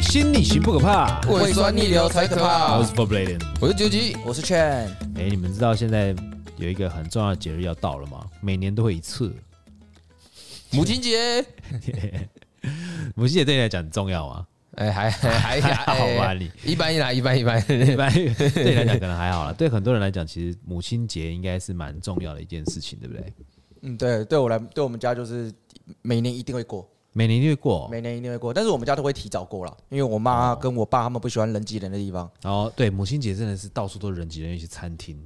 奇不可怕，胃酸逆流才可怕我。是 For Bladen。我是九级，我是 Chen，哎，你们知道现在有一个很重要的节日要到了吗？每年都会一次。母亲节，母亲节对你来讲很重要吗？哎，还还还 好吧哎你一般一来，一般一般。一般对你来讲可能还好啦，对很多人来讲，其实母亲节应该是蛮重要的一件事情，对不对？嗯，对，对我来，对我们家就是每年一定会过，每年都会哦过。每年一定会过，但是我们家都会提早过了，因为我妈跟我爸他们不喜欢人挤人的地方，然后哦对母亲节真的是到处都是人挤人，尤其餐厅。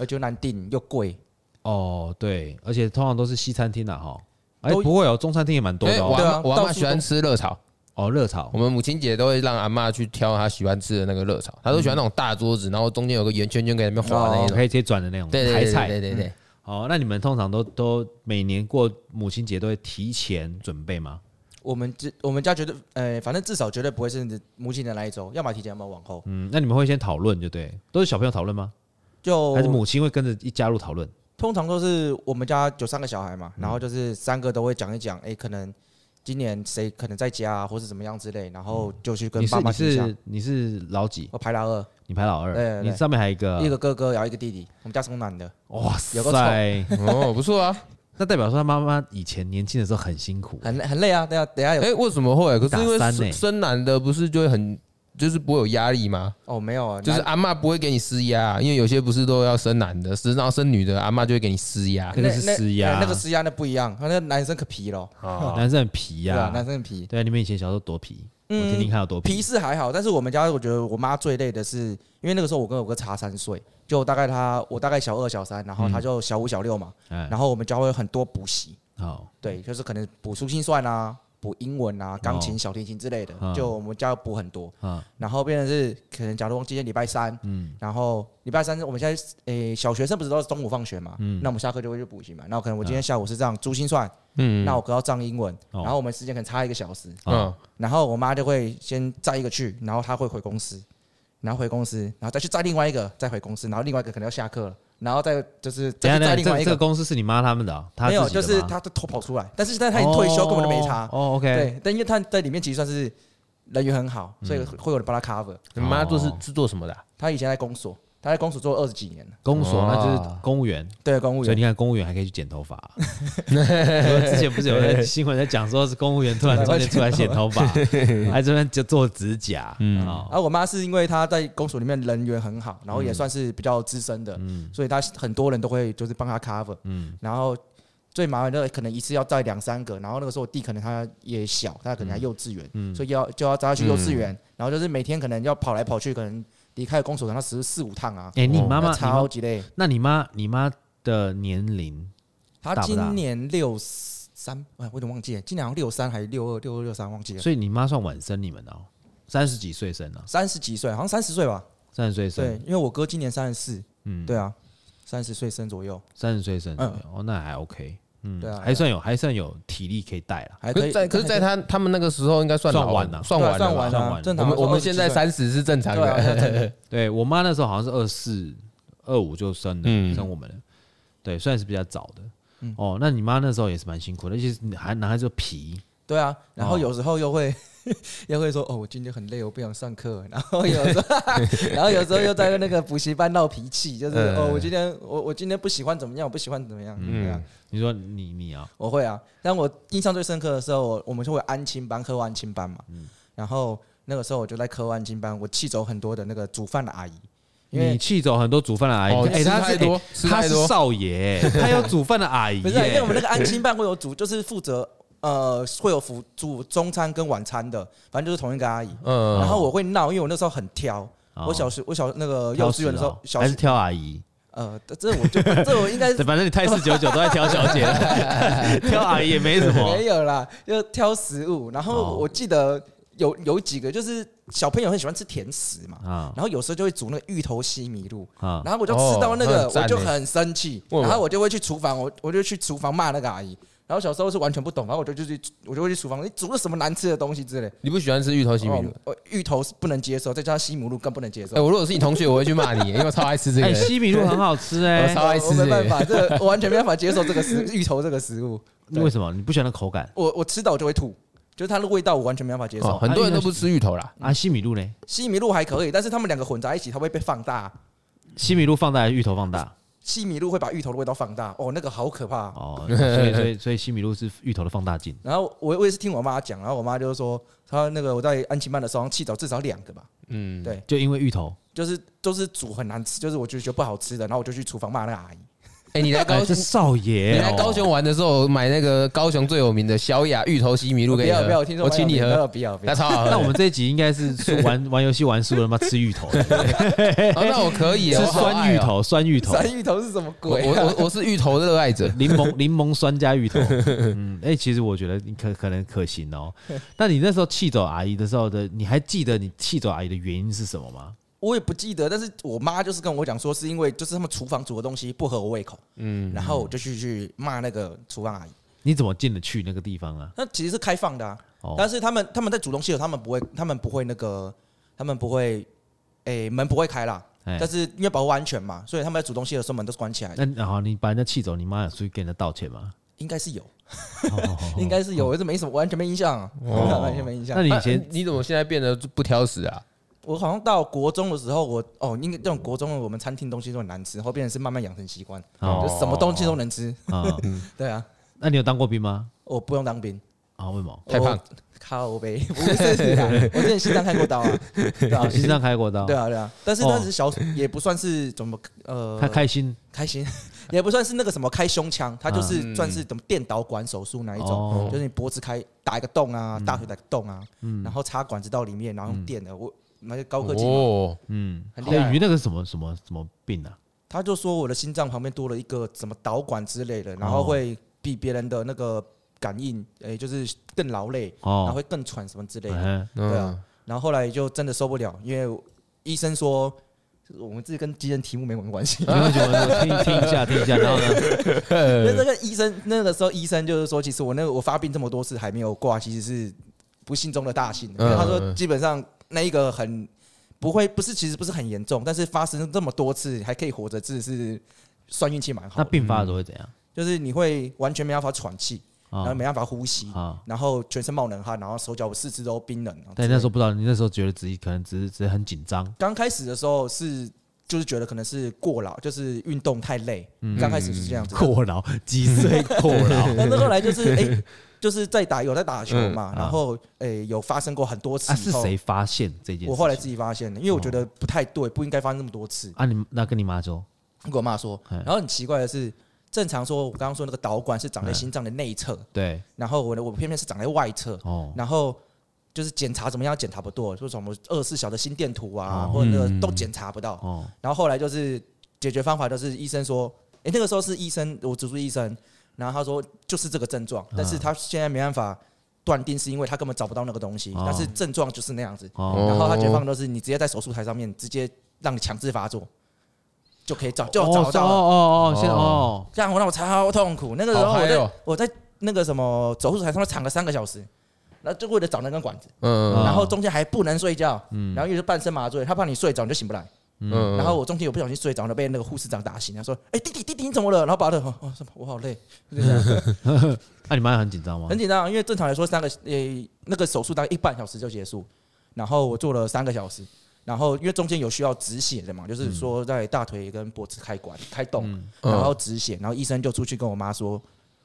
而且又难订又贵，哦，对，而且通常都是西餐厅啦，哈。哎，都不会哦，中餐厅也蛮多的我哦。对阿啊我阿到妈处喜欢都吃热炒，哦，热炒我。们母亲节都会让阿妈去挑她喜欢吃的那个热炒，她都喜欢那种大桌子，然后中间有个圆圈圈给那边画哦那一，可种。以直接转的那种对台对菜对，对对对，哦，那你们通常都都每年过母亲节都会提前准备吗？我们这我们家绝对，呃，反正至少绝对不会是母亲节那一周，要么提前，要么往后，嗯，那你们会先讨论，就对，都是小朋友讨论吗？就还是母亲会跟着一加入讨论？通常都是我们家有三个小孩嘛，然后就是三个都会讲一讲，哎，可能今年谁可能在家啊，或是怎么样之类，然后就去跟你爸是妈你提一下是。你是老几？我排老二，你排老二，对对对你上面还有一个，一个哥哥，然后一个弟弟，我们家是男的，哇有个塞，哦，不错啊。 那代表说他妈妈以前年轻的时候很辛苦，很很累啊，等下等下有哎，为什么会？可是因为打三呢生生男的不是就会很，就是不会有压力吗？哦，没有啊，就是男阿妈不会给你施压，因为有些不是都要生男的，是然后生女的，阿妈就会给你施压。那个是施压那那个施压那哦不一样，那个男生可皮咯，男生很皮对呀、啊，男生很皮，对啊，你们以前小时候多皮，嗯我听听看有多皮。皮是还好，但是我们家我觉得我妈最累的是，因为那个时候我跟我哥差三岁，就大概他我大概小二小三，然后他就小五小六嘛，哎，然后我们家会有很多补习，好，对，就是可能补珠心算啊，补英文啊，钢琴、哦小提琴之类的，嗯就我们家要补很多。嗯然后变成是可能，假如今天礼拜三，嗯然后礼拜三我们现在诶、小学生不是都是中午放学嘛，嗯那我们下课就会去补习嘛。那可能我今天下午是这样珠心算，嗯那我可要上英文，哦然后我们时间可能差一个小时，嗯，然后我妈就会先载一个去，然后她会回公司，然后回公司，然后再去载另外一个，再回公司，然后另外一个可能要下课了，然后再就是等一再下等去载一另下，外这一这个个。公司是你妈他们的哦、他没有，自己的就是吗她都偷跑出来，但是但她已经退休，根本就没差。哦，OK，嗯对，但因为她在里面其实算是人缘很好，所以会有人帮她 cover。你妈做是哦是做什么的啊？她以前在公所，她在公所做了二十几年了，公所那就是哦公务员，对，公务所以员你。看公务员还可以去剪 头发、我之前不是有在新闻在讲说是公务员突然中间出来剪头 发，还这边就做指甲，嗯、哦，而啊我妈是因为她在公所里面人缘很好，然后嗯也算是比较资深的，所以她很多人都会就是帮她 cover，然嗯后最麻烦的可能一次要带两三个，然后那个时候我弟可能他也小，他可能还嗯幼稚园，所以要就要带他去幼稚园，然后就是每天可能要跑来跑去，可能离开公所可能要十四五趟啊，哎、你妈妈，你妈超级累。那你妈你妈的年龄他大不大今年六三，哎，我有点忘记了，今年好像六三还是六二、六二六三忘记了，所以你妈算晚生你们哦，三十几岁生啊，三十几岁，好像三十岁吧？三十岁对生，，因为我哥今年三十四，嗯，对啊，三十岁生左右，三十岁生，嗯哦，那还 OK，嗯，对啊还算有还算有体力可以带啦。还可可是以。在哎可是在他他们那个时候应该算算老晚了算晚对啊了吧算晚啊了正我常啊。们我们20现在几岁三十是正常对啊，的， 嗯对啊对我妈那时候好像是二四二五就生了，嗯生我们了，对，算是比较早的。嗯哦，那你妈那时候也是蛮辛苦的，尤其是还男孩子皮，对啊。然后哦有时候又会 又会说哦，我今天很累，我不想上课。然后有 时候，然后有时候又在那个补习班闹脾气，就是嗯哦，我今天我我今天不喜欢怎么样，我不喜欢怎么样。嗯对啊，你说你你啊，我会啊。但我印象最深刻的时候，我我们就会安亲班、科安亲班嘛。然后那个时候我就在科安亲班，我气走很多的那个煮饭的阿姨，因为你气走很多煮饭的阿姨，哦哎、吃她太是多哎吃她太是多少爷， 她有煮饭的阿姨不耶，是啊、因为我们那个安亲办会有组，就是负责呃会有辅助中餐跟晚餐的，反正就是同一个阿姨。嗯然后我会闹，因为我那时候很挑。哦我小时我小那个挑幼食稚园的时候哦，小还时是挑阿 姨，呃，这我就这我 应该对反正你太四九九都在挑小 姐了，挑阿姨也没什么没。有啦，就挑食物。然哦后我记得有有几个就是小朋友很喜欢吃甜食嘛，啊然后有时候就会煮那个芋头西米露，啊！然后我就吃到那个，哦那很赞我就欸很生气，为什么然后我就会去厨房，我我就去厨房骂那个阿姨。然后小时候是完全不懂，然后我就就去，我就会去厨房，你煮了什么难吃的东西之类。你不喜欢吃芋头西米露哦？我芋头是不能接受，再加上西母露更不能接受哎，。我如果是你同学，我会去骂你，因为我超爱吃这哎，个。西米露很好吃我哎，超爱 吃哦我这没办个。法，这我完全没办法接受这个食芋头这个食物。为什么你不喜欢那口感？我我吃到我就会吐，就是它的味道我完全没办法接哦，受。很多人都不吃芋头啦，嗯啊，西米露呢？西米露还可以，但是它们两个混在一起，它会被放大。西米露放大还是芋头放大？西米露会把芋头的味道放大，哦，那个好可怕、 哦，所以所以所以西米露是芋头的放大镜。然后我我也是听我妈讲，然后我妈就是说，她那个我在安亲班的时候气找至少两个吧，嗯，对就因为芋头，就是都是煮很难吃，就是我就觉得不好吃的，然后我就去厨房骂那个阿姨。哎，你来高哎，这雄，少你爷哦，来高雄玩的时候买那个高雄最有名的小雅芋头西米露不给你要喝，不要，我听说我请你不喝，要不要不那要，超好喝。那我们这一集应该是说玩 玩游戏玩输了，他妈吃芋头，是哦那我可以，我好爱酸芋哦，头，酸芋头，三芋 头是什么 我鬼、我啊？我我是芋头的热爱者。柠檬柠檬酸加芋 头。嗯，哎，其实我觉得你可可能可行哦。那你那时候气走阿姨的时候的，你还记得你气走阿姨的原因是什么吗？我也不记得，但是我妈就是跟我讲说，是因为就是他们厨房煮的东西不合我胃口，嗯，然后我就去去骂那个厨房阿姨。你怎么进得去那个地方啊？那其实是开放的啊，哦但是他们他们在煮东西的时候，他们不会，他们不会那个，他们不会，诶、门不会开啦。哎但是因为保护安全嘛，所以他们在煮东西的时候门都是关起来的，那然后你把人家气走，你妈有出去跟人家道歉吗？应该是有，哦哦哦 应该是有，我是没什么，完全没印象啊，完全没印 象那。你以啊前你怎么现在变得不挑食啊？我好像到国中的时候，我哦，应该这种国中的我们餐厅东西都很难吃，然后变成是慢慢养成习惯，哦就什么东西都能吃。啊，对啊，那你有当过兵吗？我不用当兵，啊，为什么？太胖我，靠呗，不是 啊，我之前西藏开过刀啊，对啊，心脏开过刀，对，啊对啊，但是那只是小，也不算是怎么呃，他开心开心， 也不算是那个什么开胸腔，它就嗯是算是怎么电导管手术那一种，哦就是你脖子开打一个洞啊，大腿打一个洞啊，然后插管子到里面，然后用电的，我那个高科技嘛，哦，嗯，很厉害那鱼那个什么什么什么病啊？他就说我的心脏旁边多了一个什么导管之类的，然后会比别人的那个感应，诶，就是更劳累，然后哦，会更喘什么之类的。 嗯，对啊，然后后来就真的受不了，因为医生说我们这跟今天题目没什么关系。没关系，我听听一下，听一下，然后呢？呃那那个医生那个时候医生就是说，其实我那个我发病这么多次还没有挂，其实是不幸中的大幸。嗯他说基本上那一个很不会不是其实不是很严重，但是发生这么多次还可以活着，真的是算运气蛮好那的。病发的时候会怎样？就是你会完全没办法喘气，然嗯后没嗯办法呼吸，啊，然后全身冒冷汗，然后手脚四肢都冰冷。但你那时候不知道，你那时候觉得自己可能只是只是很紧张，刚开始的时候是就是觉得可能是过劳，就是运动太累，刚开始是这样子。嗯过劳，几岁过劳 但是后来就是哎、就是在打有在打球嘛，嗯然后哎、有发生过很多次 啊？以是后，谁发现这件事情？我后来自己发现的，因为我觉得不太对，不应该发生那么多次。啊，你那跟你妈说，跟我妈说，嗯然后很奇怪的是，正常说我刚刚说那个导管是长嗯在心脏的内侧，对，然后我的我偏偏是长在外侧，哦，然后就是检查怎么样检查不到，说什么二十四小时心电图啊，哦或者那嗯个都检查不到。哦，然后后来就是解决方法，就是医生说，诶，那个时候是医生，我主治医生，然后他说就是这个症状，但是他现在没办法断定，是因为他根本找不到那个东西，哦但是症状就是那样子。哦，然后他解放都是你直接在手术台上面直接让你强制发作，就可以找就哦找到了。哦哦，现在哦，这样让我超痛苦，那个时候好嗨我在、哦我在那个什么手术台上面躺了三个小时，然后就为了找那根管子，嗯啊然后中间还不能睡觉，然后又是半身麻醉，他怕你睡着你就醒不来。嗯然后我中间有不小心睡着了，被那个护士长打醒，他说：“哎、弟弟，弟弟，你怎么了？”然后把他的，哦哦，什么，我好累，就这样，那啊你妈很紧张吗很？紧张，因为正常来说三个，呃、那个手术大概一半小时就结束，然后我做了三个小时，然后因为中间有需要止血的嘛，就是说在大腿跟脖子开管开洞，嗯然后止血，然后医生就出去跟我妈说。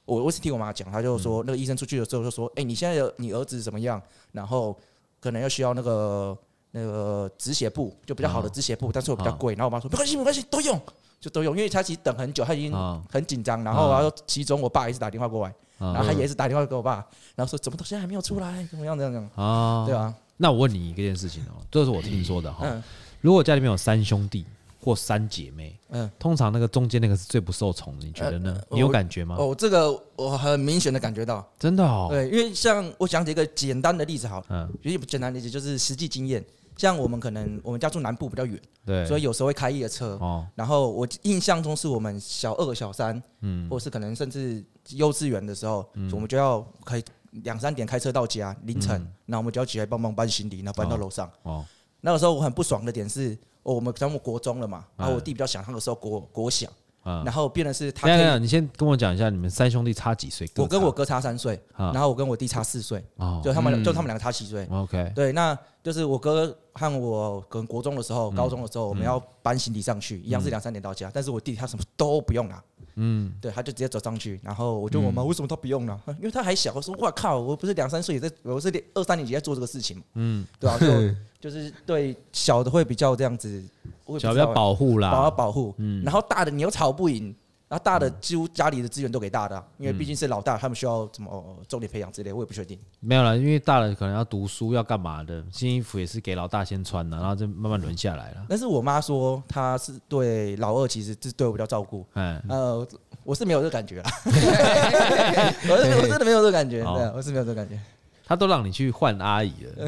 我我是听我妈讲，她就说那个医生出去的时候就说，哎、你现在的你儿子怎么样？然后可能要需要那个那个止血布，就比较啊好的止血布，但是我比较贵。然后我妈说没关系，没关系，都用，就都用，因为她其实等很久，她已经啊很紧张。然后啊然后其中我爸也是打电话过来，哦然嗯后他也是打电话给我爸，然后说怎么到现在还没有出来，怎么样怎么样，啊对，吧？那我问你一个件事情哦，这是我听说的哈、嗯如果家里面有三兄弟或三姐妹，嗯通常那个中间那个是最不受宠的，你觉得呢？呃你有感觉吗？哦，这个我很明显的感觉到，真的哦，对，因为像我讲几个简单的例子好了，嗯，也不简单的例子就是实际经验，像我们可能我们家住南部比较远，对，所以有时候会开夜车，哦，然后我印象中是我们小二、小三，嗯或是可能甚至幼稚园的时候，我们就要开两三点开车到家，凌晨，那我们就要起来帮忙搬行李，然后搬到楼上。嗯哦，啊啊那个时候我很不爽的点是，哦，我们咱们国中了嘛，然后我弟比较小，他那个时候国国小，嗯然后变的是他等一下等一下，可以，你先跟我讲一下，你们三兄弟差几岁？各我跟我差哥差三岁，啊然后我跟我弟差四岁，哦就他们嗯就他们两个差七岁。 ，OK，对，那就是我哥和我可能国中的时嗯候、高中的时候，我们要搬行李上去，一样是两三点到家，但是我弟他什么都不用拿，嗯，对，他就直接走上去，然后我就嗯问我妈为什么他不用拿，因为他还小，我说哇靠，我不是两三岁也在，我是二三年级在做这个事情嘛，嗯，对啊，就就是对小的会比较这样子，我也不知道小比较保护保要啦，嗯保护，然后大的你又吵不赢，然后大的几乎家里的资源都给大的啊、因为嗯毕竟是老大，他们需要怎么哦重点培养之类，我也不确定。没有了，因为大人可能要读书要干嘛的，新衣服也是给老大先穿啊 的，然后就慢慢轮下来了。但是我妈说她是对老二其实是对我比较照顾，哎，呃，我是没有这个感觉啊，我是我真的没有这个感觉，好对啊，我是没有这个感觉，他都让你去换阿姨 了，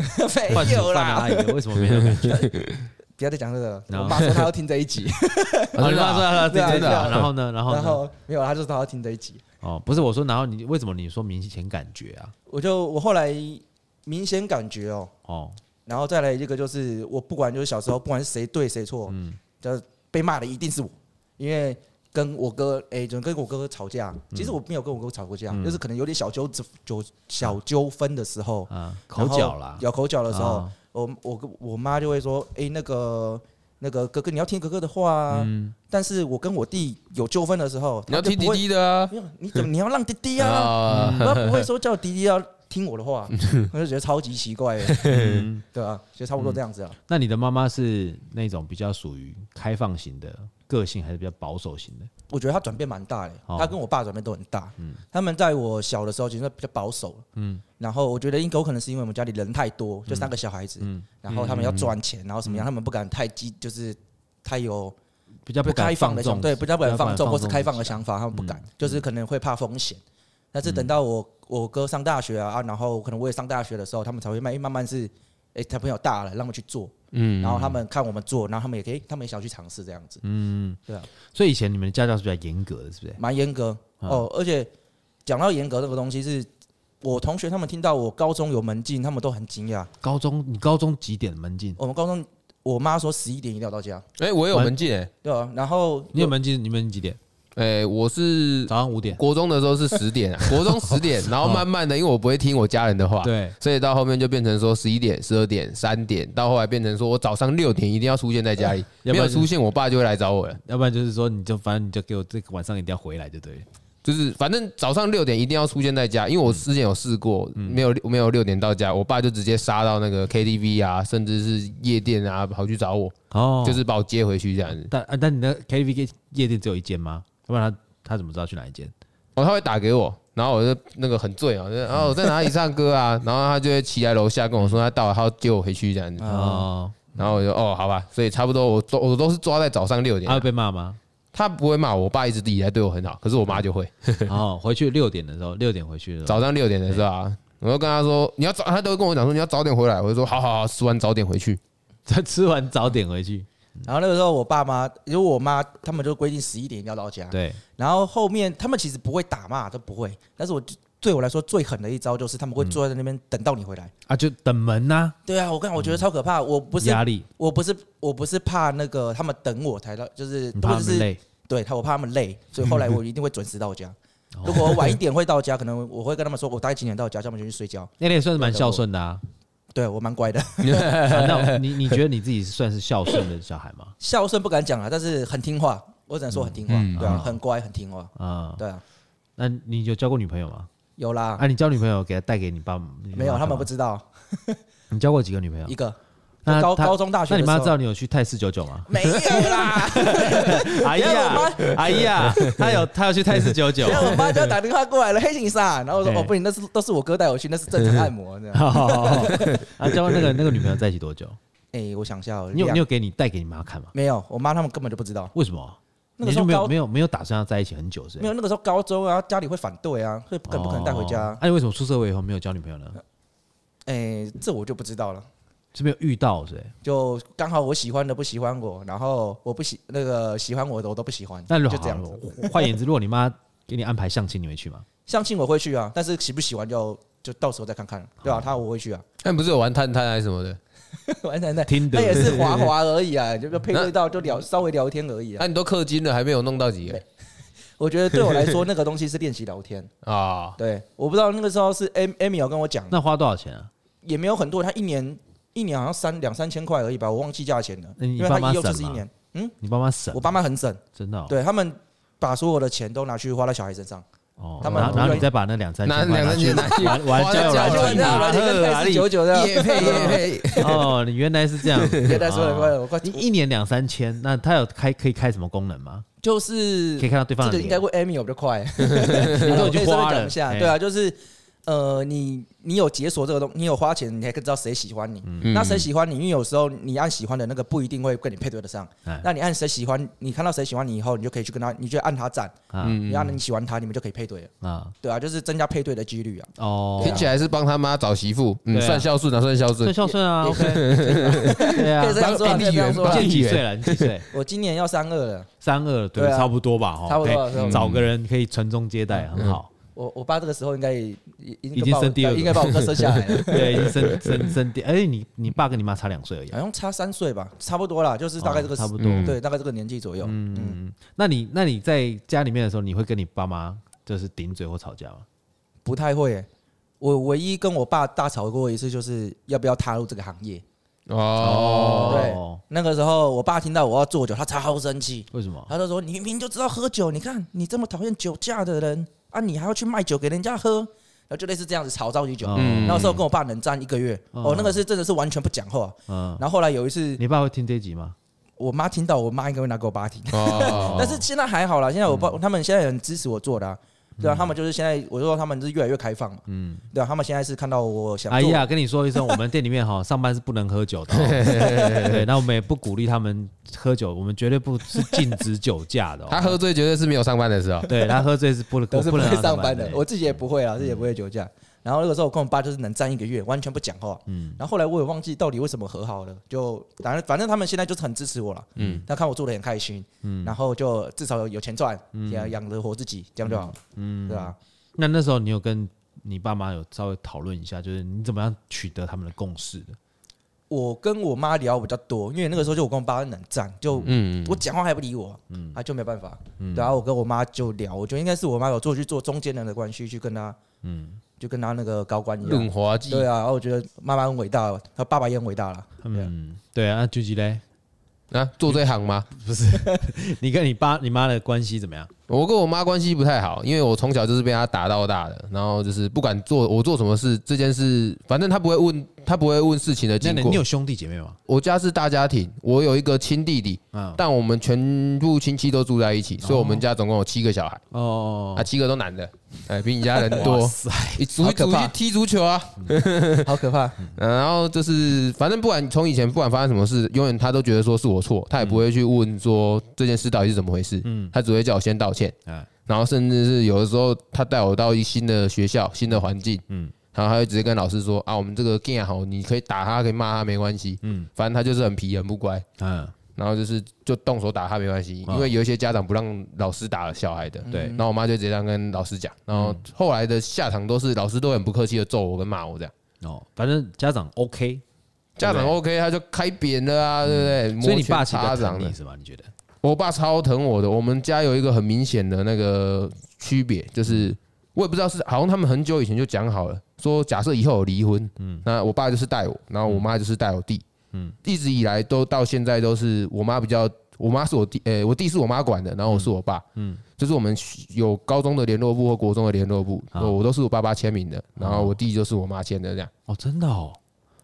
换没煮有饭的阿啦姨，了，为什么没有感 觉？不要再讲这个了。 No 我妈说她要听这一集，啊你妈说她对啊真的啊，对啊然后呢，然后然呢？后没有，她就说她要听这一集，哦，不是我说，然后你为什么你说明显感觉啊？我就我后来明显感觉哦，哦，然后再来一个就是，我不管就是小时候，不管是谁对谁错，嗯，就是被骂的一定是我，因为跟我哥，哎、就跟我哥哥吵架，其实我没有跟我哥吵过架，就是可能有点小纠纠小纠纷的时候，啊，口角啦然后，有口角的时候，啊我我跟我妈就会说，哎、那个那个哥哥你要听哥哥的话啊，但是我跟我弟有纠纷的时候，你要他就听不滴会，滴的啊，没有，你怎么你要让弟弟啊？啊，我不会说叫迪迪要听我的话，我就觉得超级奇怪的，对啊，就差不多这样子啊。那你的妈妈是那种比较属于开放型的个性，还是比较保守型的？我觉得他转变蛮大的，哦他跟我爸转变都很大。他们在我小的时候其实比较保守，嗯，然后我觉得应有可能是因为我们家里人太多，就三个小孩子，然后他们要赚钱，然后什么样，他们不敢太激，就是太有比较不敢开放放的纵，想，对，比较不敢放纵或是开放自的己想法，他们嗯不敢，就是可能会怕风险。但是等到我我哥上大学啊，啊然后可能我也上大学的时候，他们才会慢慢慢是，哎，小朋友大了，让他们去做，嗯，然后他们看我们做，然后他们也可以，他们也想去尝试这样子，嗯，对啊，所以以前你们的家教是比较严格的，是不是？蛮严格嗯哦。而且讲到严格这个东西，是我同学他们听到我高中有门禁，他们都很惊讶。高中你高中几点门禁？我们高中，我妈说十一点一定要到家，嗯哎，我有门禁哎，对啊，然后你有门禁？你们几点？哎，我是早上五点。国中的时候是十点啊，国中十 点，然后慢慢的，因为我不会听我家人的话，对，所以到后面就变成说十一点、十二点、三点，到后来变成说我早上六点一定要出现在家里，呃要没不然有就出现我爸就会来找我了。要不然就是说，你就反正你就给我这个晚上一定要回来就对了。就是反正早上六点一定要出现在家，因为我之前有试过，嗯没有没有六点到家，我爸就直接杀到那个 KTV 啊，甚至是夜店啊，跑去找我，哦就是把我接回去这样子。但啊但你的 KTV 夜店只有一间吗？要不然他他怎么知道去哪一间？哦，他会打给我，然后我就那个很醉啊，我就哦嗯我在哪里唱歌啊， 然后他就会骑来楼下跟我说他到了，他要接我回去这样子。哦，然后我就哦好吧，所以差不多我都我都是抓在早上六点他、，会被骂吗？他不会骂我，我爸一直以来对我很好，可是我妈就会。哦，回去六点的时候，六点回去的时候，早上六点的时候啊，我就跟他说你要早，他都会跟我讲说你要早点回来，我就说好好好，吃完早点回去。他吃完早点回去。然后那个时候我爸妈，因为我妈他们就规定十一点一定要到家，对，然后后面他们其实不会打骂，都不会，但是我就对我来说最狠的一招就是他们会坐在那边等到你回来。啊，就等门呐、嗯对啊，我刚我觉得超可怕，我不是压力，我不是我不是怕那个他们等我才到，就是你怕或者他是们累。对他，我怕他们累，所以后来我一定会准时到 家。如果我晚一点会到家，可能我会跟他们说，我大概几点到家，叫他们先去睡觉。那你也算是蛮孝顺的啊。对我蛮乖的， 啊那你你觉得你自己是算是孝顺的小孩吗？孝顺不敢讲啊，但是很听话，我只能说很听话，嗯对啊，很乖，很听话，啊、对啊，那你有交过女朋友吗？有啦，啊，你交女朋友给她带给你爸妈？没有，他们不知。知道你交过几个女朋友一？个那高她高中大学那的你时候，妈知道你有去泰式九九 ？吗没有啦，哎呀，哎呀，她有她有去泰式九 九。然后我妈就要打电话过来了，黑警啥？然后我说对哦不行，那是都是我哥带我去，那是正常按 摩这样。好好好啊，交过那个那个女朋友在一起多久？哎，我想一下哦，你有两你有给你带给你妈看吗？没有？我妈他们根本就不知道，为什么？那你个时就候没有高没有没有打算要在一起很久是不是？没有那个时候高中啊，家里会反对啊，所以不可不可能带回哦家。呃那你为什么出社会以后没有交女朋友呢？哎，这我就不知道了。是没有遇到是不是？就刚好我喜欢的不喜欢我，然后我不喜那个喜欢我的我都不喜欢，那如就果这样好子。了 换言之，如果你妈给你安排相亲，你会去吗？相亲我会去啊，但是喜不喜欢就就到时候再看看，对吧、他我会去啊， 但不是有玩探探还是什么的，完全的，听那也的，是滑滑而已 啊，就就配对到就聊稍微聊天而已那、啊。你都氪金了，还没有弄到几个我觉得对我来 说，那个东西是练习聊天。啊？对，我不知道那个时候是 Am Amy 有跟我讲，那花多少钱啊？也没有很多，他一年一年好像三两三千块而已吧，我忘记价钱了，那你因为爸妈他一幼就省是一吗年，嗯你爸妈省我，爸妈很省，真的哦对他们把所有的钱都拿去花在小孩身上。哦。他们然后然后对你再把那两三拿千块两拿三去千拿去玩玩花交友在软交友件啊，软件跟呵 泰式九九这样夜配夜配，哦，你原来是 这样，别再说了，快哦点，我快一一年两三千，那他有开可以开什么功能吗？就是可以看到对方的这个应该脸，问 Amy 有比较快， 你都已我可经以稍花微讲了一下，哎 对啊，就是呃，你你有解锁这个东，你有花钱，你才可以知道谁喜欢你。嗯那谁喜欢你？因为有时候你按喜欢的那个不一定会跟你配对得上哎。那你按谁喜欢，你看到谁喜欢你以后，你就可以去跟他，你就按他赞，啊你按你喜欢他，你们就可以配对了，啊对啊，就是增加配对的几率啊。哦，Oh 听起来是帮他妈找媳妇，嗯，对啊算孝顺啊，算孝算。顺孝顺啊也，OK，对 啊可以，这样说啊，帮可以这样说啊你帮帮现在几岁了？你几 岁？我今年要三二了，三二对对，啊差不多吧，哈，差不多可以差不多找个人可以传宗接代，很好。我我爸这个时候应该也也已经应该把我生第二个。应该把我哥生下来 了对，已经生生生第，哎，你你爸跟你妈差两岁而已啊好。像差三岁吧，差不多啦，就是大概这哦个时、差不多对，大概这个年纪左右。嗯，那你那你在家里面的时候，你会跟你爸妈就是顶嘴或吵架吗？不太会耶、我唯一跟我爸大吵过一次，就是要不要踏入这个行业。哦，哦那个时候，我爸听到我要做酒，他超生气，为什么？他就说：“你明明就知道喝酒，你看你这么讨厌酒驾的人啊，你还要去卖酒给人家喝。”然后就类似这样子吵着急酒，嗯那时候跟我爸冷战一个月，嗯哦，那个是真的是完全不讲话。嗯，然后后来有一次，你爸会听这一集吗？我妈听到，我妈应该会拿给我爸听。哦，但是现在还好啦，现在我爸、他们现在很支持我做的、啊，对啊，他们就是现在我就说他们是越来越开放嘛，嗯，对啊，他们现在是看到我想哎做，呀，跟你说一声，我们店里面哈上班是不能喝酒的哦。对，那我们也不鼓励他们喝酒，我们绝对不是禁止酒驾的哦。 他喝醉绝对是没有上班的时候。对他喝醉是不能都是不能会让他上班的，对我自己也不会啊，自己也不会酒驾。然后那个时候我跟我爸就是冷战一个月，完全不讲话。嗯，然后后来我也忘记到底为什么和好了，就反正反正他们现在就是很支持我了。嗯，他看我做的很开心，嗯，然后就至少有钱赚，也养得活自己，这样就好了。嗯，对吧？那那时候你有跟你爸妈有稍微讨论一下，就是你怎么样取得他们的共识的？我跟我妈聊比较多，因为那个时候就我跟我爸冷战，就嗯，我讲话还不理我，啊，就没办法。对啊，我跟我妈就聊，我觉得应该是我妈有做去做中间人的关系，去跟她，就跟她那个高官一润样。滑剂对啊，然后我觉得妈妈很伟大，她爸爸也很伟大了。对啊嗯，对啊，那狙击嘞，啊，做这行吗？你跟你爸你妈的关系怎么样？我跟我妈关系不太好，因为我从小就是被她打到大的，然后就是不管做我做什么事，这件事反正她不会问，她不会问事情的那经你过你。有兄弟姐妹吗？我家是大家庭，我有一个亲弟弟，嗯但我们全部亲戚都住在一起，所以我们家总共有七个小孩，哦啊，，七个都男的，哎，比你家人多。你足好可足去怕踢足球啊，好可怕！嗯然后就是反正不管从以前不管发生什么事，永远他都觉得说是我错，他也不会去问说这件事到底是怎么回事，嗯，啊他只会叫我先道歉，哎然后甚至是有的时候他带我到一新的学校、新的环境，嗯，然后他会直接跟老师说啊，我们这个 g a 好，你可以打他，可以骂他，没关系，嗯，反正他就是很皮、很不乖，嗯，然后就是就动手打他没关系，因为有一些家长不让老师打小孩的，对然后我妈就直接这样跟老师讲，然后后来的下场都是老师都很不客气的揍我跟骂我这样。哦，反正家长 OK，家长 OK，他就开扁了啊，对不对？嗯摩所以你拳爸其实比擦较掌疼的你，是吧？你觉得？我爸超疼我的。我们家有一个很明显的那个区别，就是嗯我也不知道是好像他们很久以前就讲好了，说假设以后有离婚，嗯，那我爸就是带我，然后我妈就是带我弟，嗯，一直以来都到现在都是我妈比较，我妈是我弟，呃，我弟是我妈管的，然后我是我爸，嗯，就是我们有高中的联络部或国中的联络部，啊我都是我爸爸签名的，然后我弟就是我妈签的这样。哦，真的哦，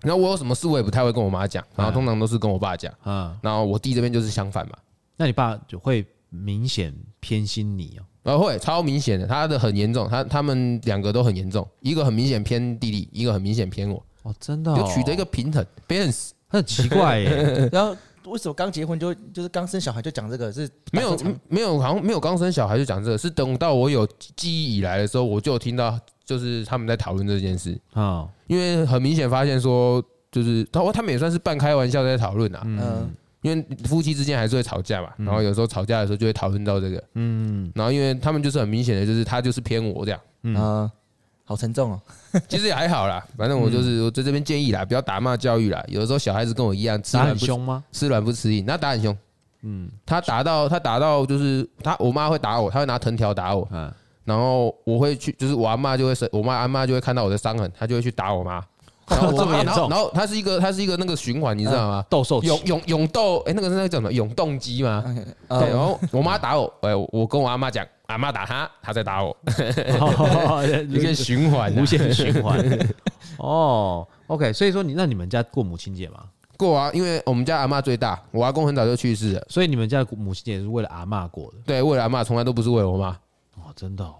然后我有什么事我也不太会跟我妈讲，然后通常都是跟我爸讲。嗯，然后我弟这边就是相反嘛，那你爸就会明显偏心你哦，呃，会超明显的，他的很严重，他他们两个都很严重，一个很明显偏弟弟，一个很明显偏我，哦，真的哦，就取得一个平衡 balance，很奇怪耶， 然后为什么刚结婚就就是刚生小孩就讲这个是没有没有好像没有刚生小孩就讲这个，是等到我有记忆以来的时候，我就有听到就是他们在讨论这件事，啊，因为很明显发现说就是他他们也算是半开玩笑在讨论啊，嗯因为夫妻之间还是会吵架嘛，然后有时候吵架的时候嗯 就会讨论到这个，嗯，然后因为他们就是很明显的，就是他就是偏我这样，嗯，好沉重哦。其实也还好啦，反正我就是嗯我在这边建议啦，不要打骂教育啦。有的时候小孩子跟我一样，吃打软很啊不凶吗？吃软不吃硬，那打很凶。嗯，他打到他打到就是他，我妈会打我，她会拿藤条打我，嗯，然后我会去，就是我阿妈就会生，我妈阿妈就会看到我的伤痕，她就会去打我妈。然后哦 我这么严然后重哦然后它是一个它是一个那个循环，你知道吗？ 斗兽棋永永永斗，哎，那个是那个叫什么？永动机吗？对，然呃，后我妈打我，哎，我跟我阿妈讲，阿妈打她，她再 打我， 一个循环啊无限循 环。哦，OK，所以说你那你们家过母亲节吗？过啊，因为我们家阿妈最大，我阿公很早就去世了，所以你们家的母亲节是为了阿嬷过的对，为了阿妈从来都不是为了我妈，哦，真的哦，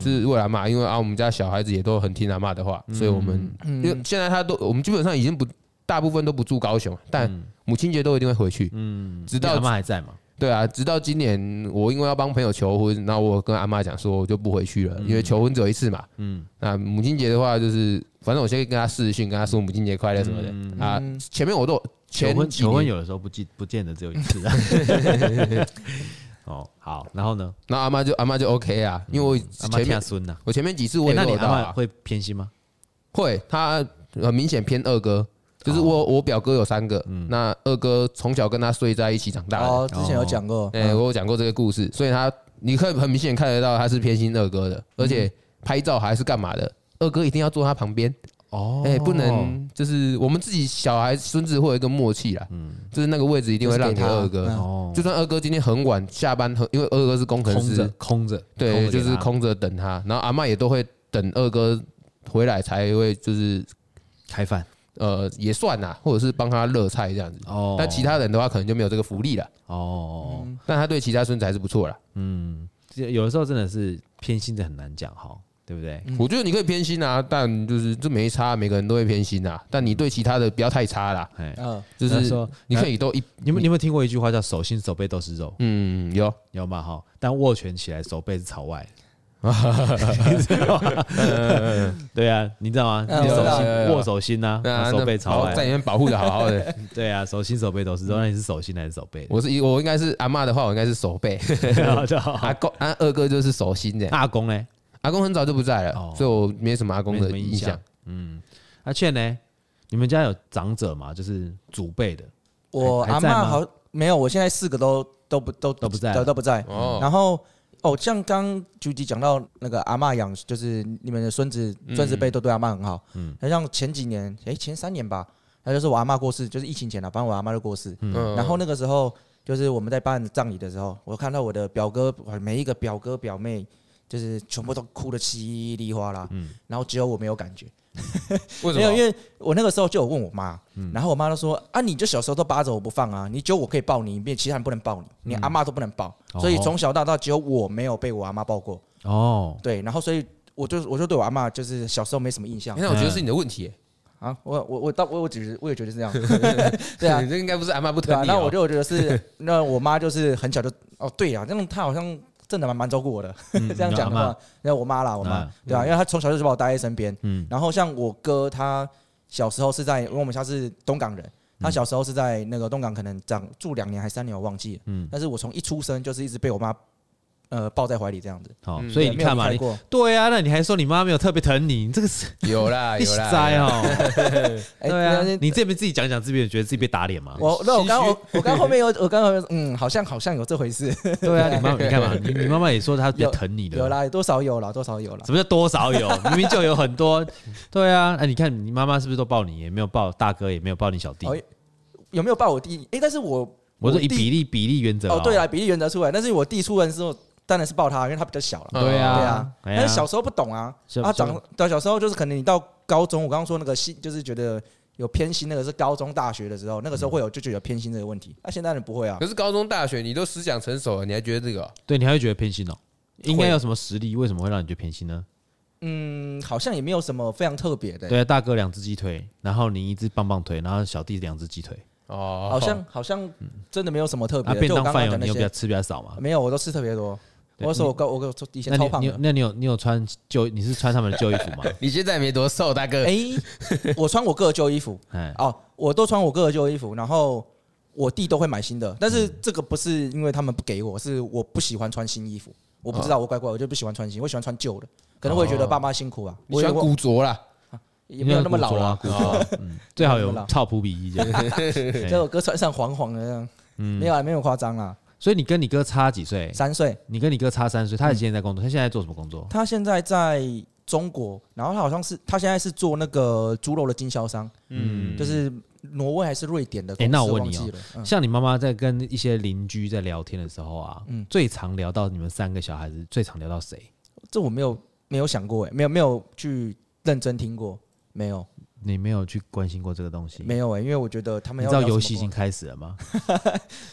是为了阿妈，因为啊，我们家小孩子也都很听阿妈的话，所以我们因嗯为现在他都，我们基本上已经不大部分都不住高雄，但母亲节都一定会回去，嗯，直你阿到嬷还在吗？对啊，直到今年我因为要帮朋友求婚，然后我跟阿妈讲说，我就不回去了，因为求婚只有一次嘛，嗯，那母亲节的话就是，反正我先跟他视讯，跟他说母亲节快乐什么的啊，前面我都嗯求前婚几求婚年有的时候不记不见得只有一次啊。啊 哦，好，然后呢？那阿妈就阿妈就 OK 啊，因为我嗯阿嬷前听面孙呐，我前面几次欸我也那都你有阿到嬷啊，会偏心吗？会他很明显偏二哥，就是哦我我表哥有三个，嗯那二哥从小跟他睡在一起长大的，哦，之前有讲过，哎，嗯我有讲过这个故事，所以他你可以很明显看得到他是偏心二嗯哥的，而且拍照还是干嘛的。二哥一定要坐他旁边，哦哎，不能就是我们自己小孩孙子会有一个默契啦，嗯，就是那个位置一定会让给二就是给他哥，哦，就算二哥今天很晚下班，很因为二哥是工程空师着，空着，空对，着给就是他。空着等他，然后阿嬷也都会等二哥回来才会就是开饭呃也算啦，或者是帮他热菜这样子。哦但其他嗯人的话可能就没有这个福利了，哦，但他对其他孙子还是不错啦。这有的时候真的是偏心的很难讲哈，对不嗯对？我觉得你可以偏心啊，但就是这没差，每个人都会偏心啊。但你对其他的不要太差啦，哎，嗯，就那是说啊你可以都一你们你有没有听过一句话叫“手心手背都是肉嗯有”，有吗？哈，但握拳起来手背是朝 外。对啊，你知道吗？嗯你手我知道心有有有握手心呐，啊那手背朝好在外。里面保护的好 好的。对啊，手心手背都是肉，那你是手心还是手背？ 我是一我应该是阿嬷的话，我应该是 手背，阿公欸阿二哥就是手心这啊样。阿公呢？阿公很早就不在哦了，所以我没什么阿公没什的么印印象象。。阿倩呢？你们家有长者吗？就是祖辈的我还阿在嬷吗好没有，我现在四个都都不都都不在都了都不在。哦然后哦，像刚菊吉讲到那个阿嬷养，就是你们的孙子孙子辈都对阿嬷很好。嗯，那像前几年，诶，前三年吧，那就是我阿嬷过世，就是疫情前了，反正我阿嬷就过世。嗯然后那个时候，就是我们在办葬礼的时候，我看到我的表哥，哇每一个表哥表妹，就是全部都哭得稀里哗啦，然后只有我没有感觉。嗯为什没有，么？嗯因为我那个时候就有问我妈，然后我妈都说啊，你就小时候都扒着我不放啊，你只有我可以抱你，别其他人不能抱你，你嗯阿妈都不能抱，哦所以从小到大只有我没有被我阿妈抱过。哦，对，然后所以我就我就对我阿妈就是小时候没什么印象欸那我觉得是你的问题耶，啊，我我我到我我只是我也觉得是这 样，对啊你。这应该不是阿妈 不对疼啊，你哦。那我就觉得是，那我妈就是很小就哦，对啊，那种她好像真的蛮蛮照顾我的。嗯 这样讲的话，那我妈啦，我妈啊对啊，因为她从小就是把我带在身边，嗯然后像我哥，他小时候是在，因为我们家是东港人，嗯他小时候是在那个东港，可能长住两年还三年，我忘记了。嗯但是我从一出生就是一直被我妈呃抱在怀里这样子，好，嗯哦所以对你没有看嘛，离开你过对啊，那你还说你妈没有特别疼你，你这个是有啦 你有啦，栽有啦，哦。哎 对啊那，你这边自己讲讲，自己也觉得自己被打脸嘛？我那我刚唏我我刚后面有我刚后面嗯，好像好像有这回事，对啊，你妈你干 嘛？你你妈妈也说她比较疼你的，有啦，多少有啦，多少有啦。什么叫多少有？明明就有很多。对啊，哎，你看你妈妈是不是都抱你？也没有抱大哥，也没有抱你小弟哦。有没有抱我弟？哎，但是我我说以弟比例比例原则哦，对啊，比例原则出来，但是我弟出生之后当然是抱他，因为他比较小了。嗯对对啊啊，，哎但是小时候不懂啊，小啊，小长到小时候就是可能你到高中，我刚刚说那个心就是觉得有偏心，那个是高中大学的时候，那个时候会有就觉得有偏心这个问题。那、现在人不会啊可，是高中大学你都思想成熟了，你还觉得这个哦？对你还会觉得偏心哦？应该有什么实力？为什么会让你觉得偏心呢？嗯，好像也没有什么非常特别的、欸对啊，大哥两只鸡腿，然后你一只棒棒腿，然后小弟两只鸡腿。哦好像好像真的没有什么特别啊，的。便就我当刚饭有刚你讲那有比较些，吃比较少嘛？没有，我都吃特别多。我说我高我我以前那超你胖你有的，那你有你有穿旧你是穿他们的旧衣 服吗？你现在也没多瘦，大哥。哎、我穿我哥的旧衣服哎，哦，我都穿我哥的旧衣服，然后。我弟都会买新的，但是嗯这个不是因为他们不给我，是我不喜欢穿新衣服。我不知啊道，我乖乖，我就不喜欢穿新，我喜欢穿旧的。可能哦我也觉得爸妈辛苦啊，你我喜也欢古着啦，也没有那么老了哦啊。，古着啊 嗯最好有超普比意见。哎结果哥穿上黄黄的这样，嗯没有啊，没有夸张啦。所以你跟你哥差几岁？三岁，你跟你哥差三岁，他也现在在工作，他现在做什么工作？他现在在中国，然后他好像是他现在是做那个猪肉的经销商，嗯，就是挪威还是瑞典的公诶司，那我问忘你哦记了。嗯像你妈妈在跟一些邻居在聊天的时候啊，嗯最常聊到你们三个小孩子，最常聊到谁？这我没有没有想过，哎，没有没有去认真听过，没有你没有去关心过这个东西？没有哎，因为我觉得他你知们要道聊游什戏已么经开始了 吗？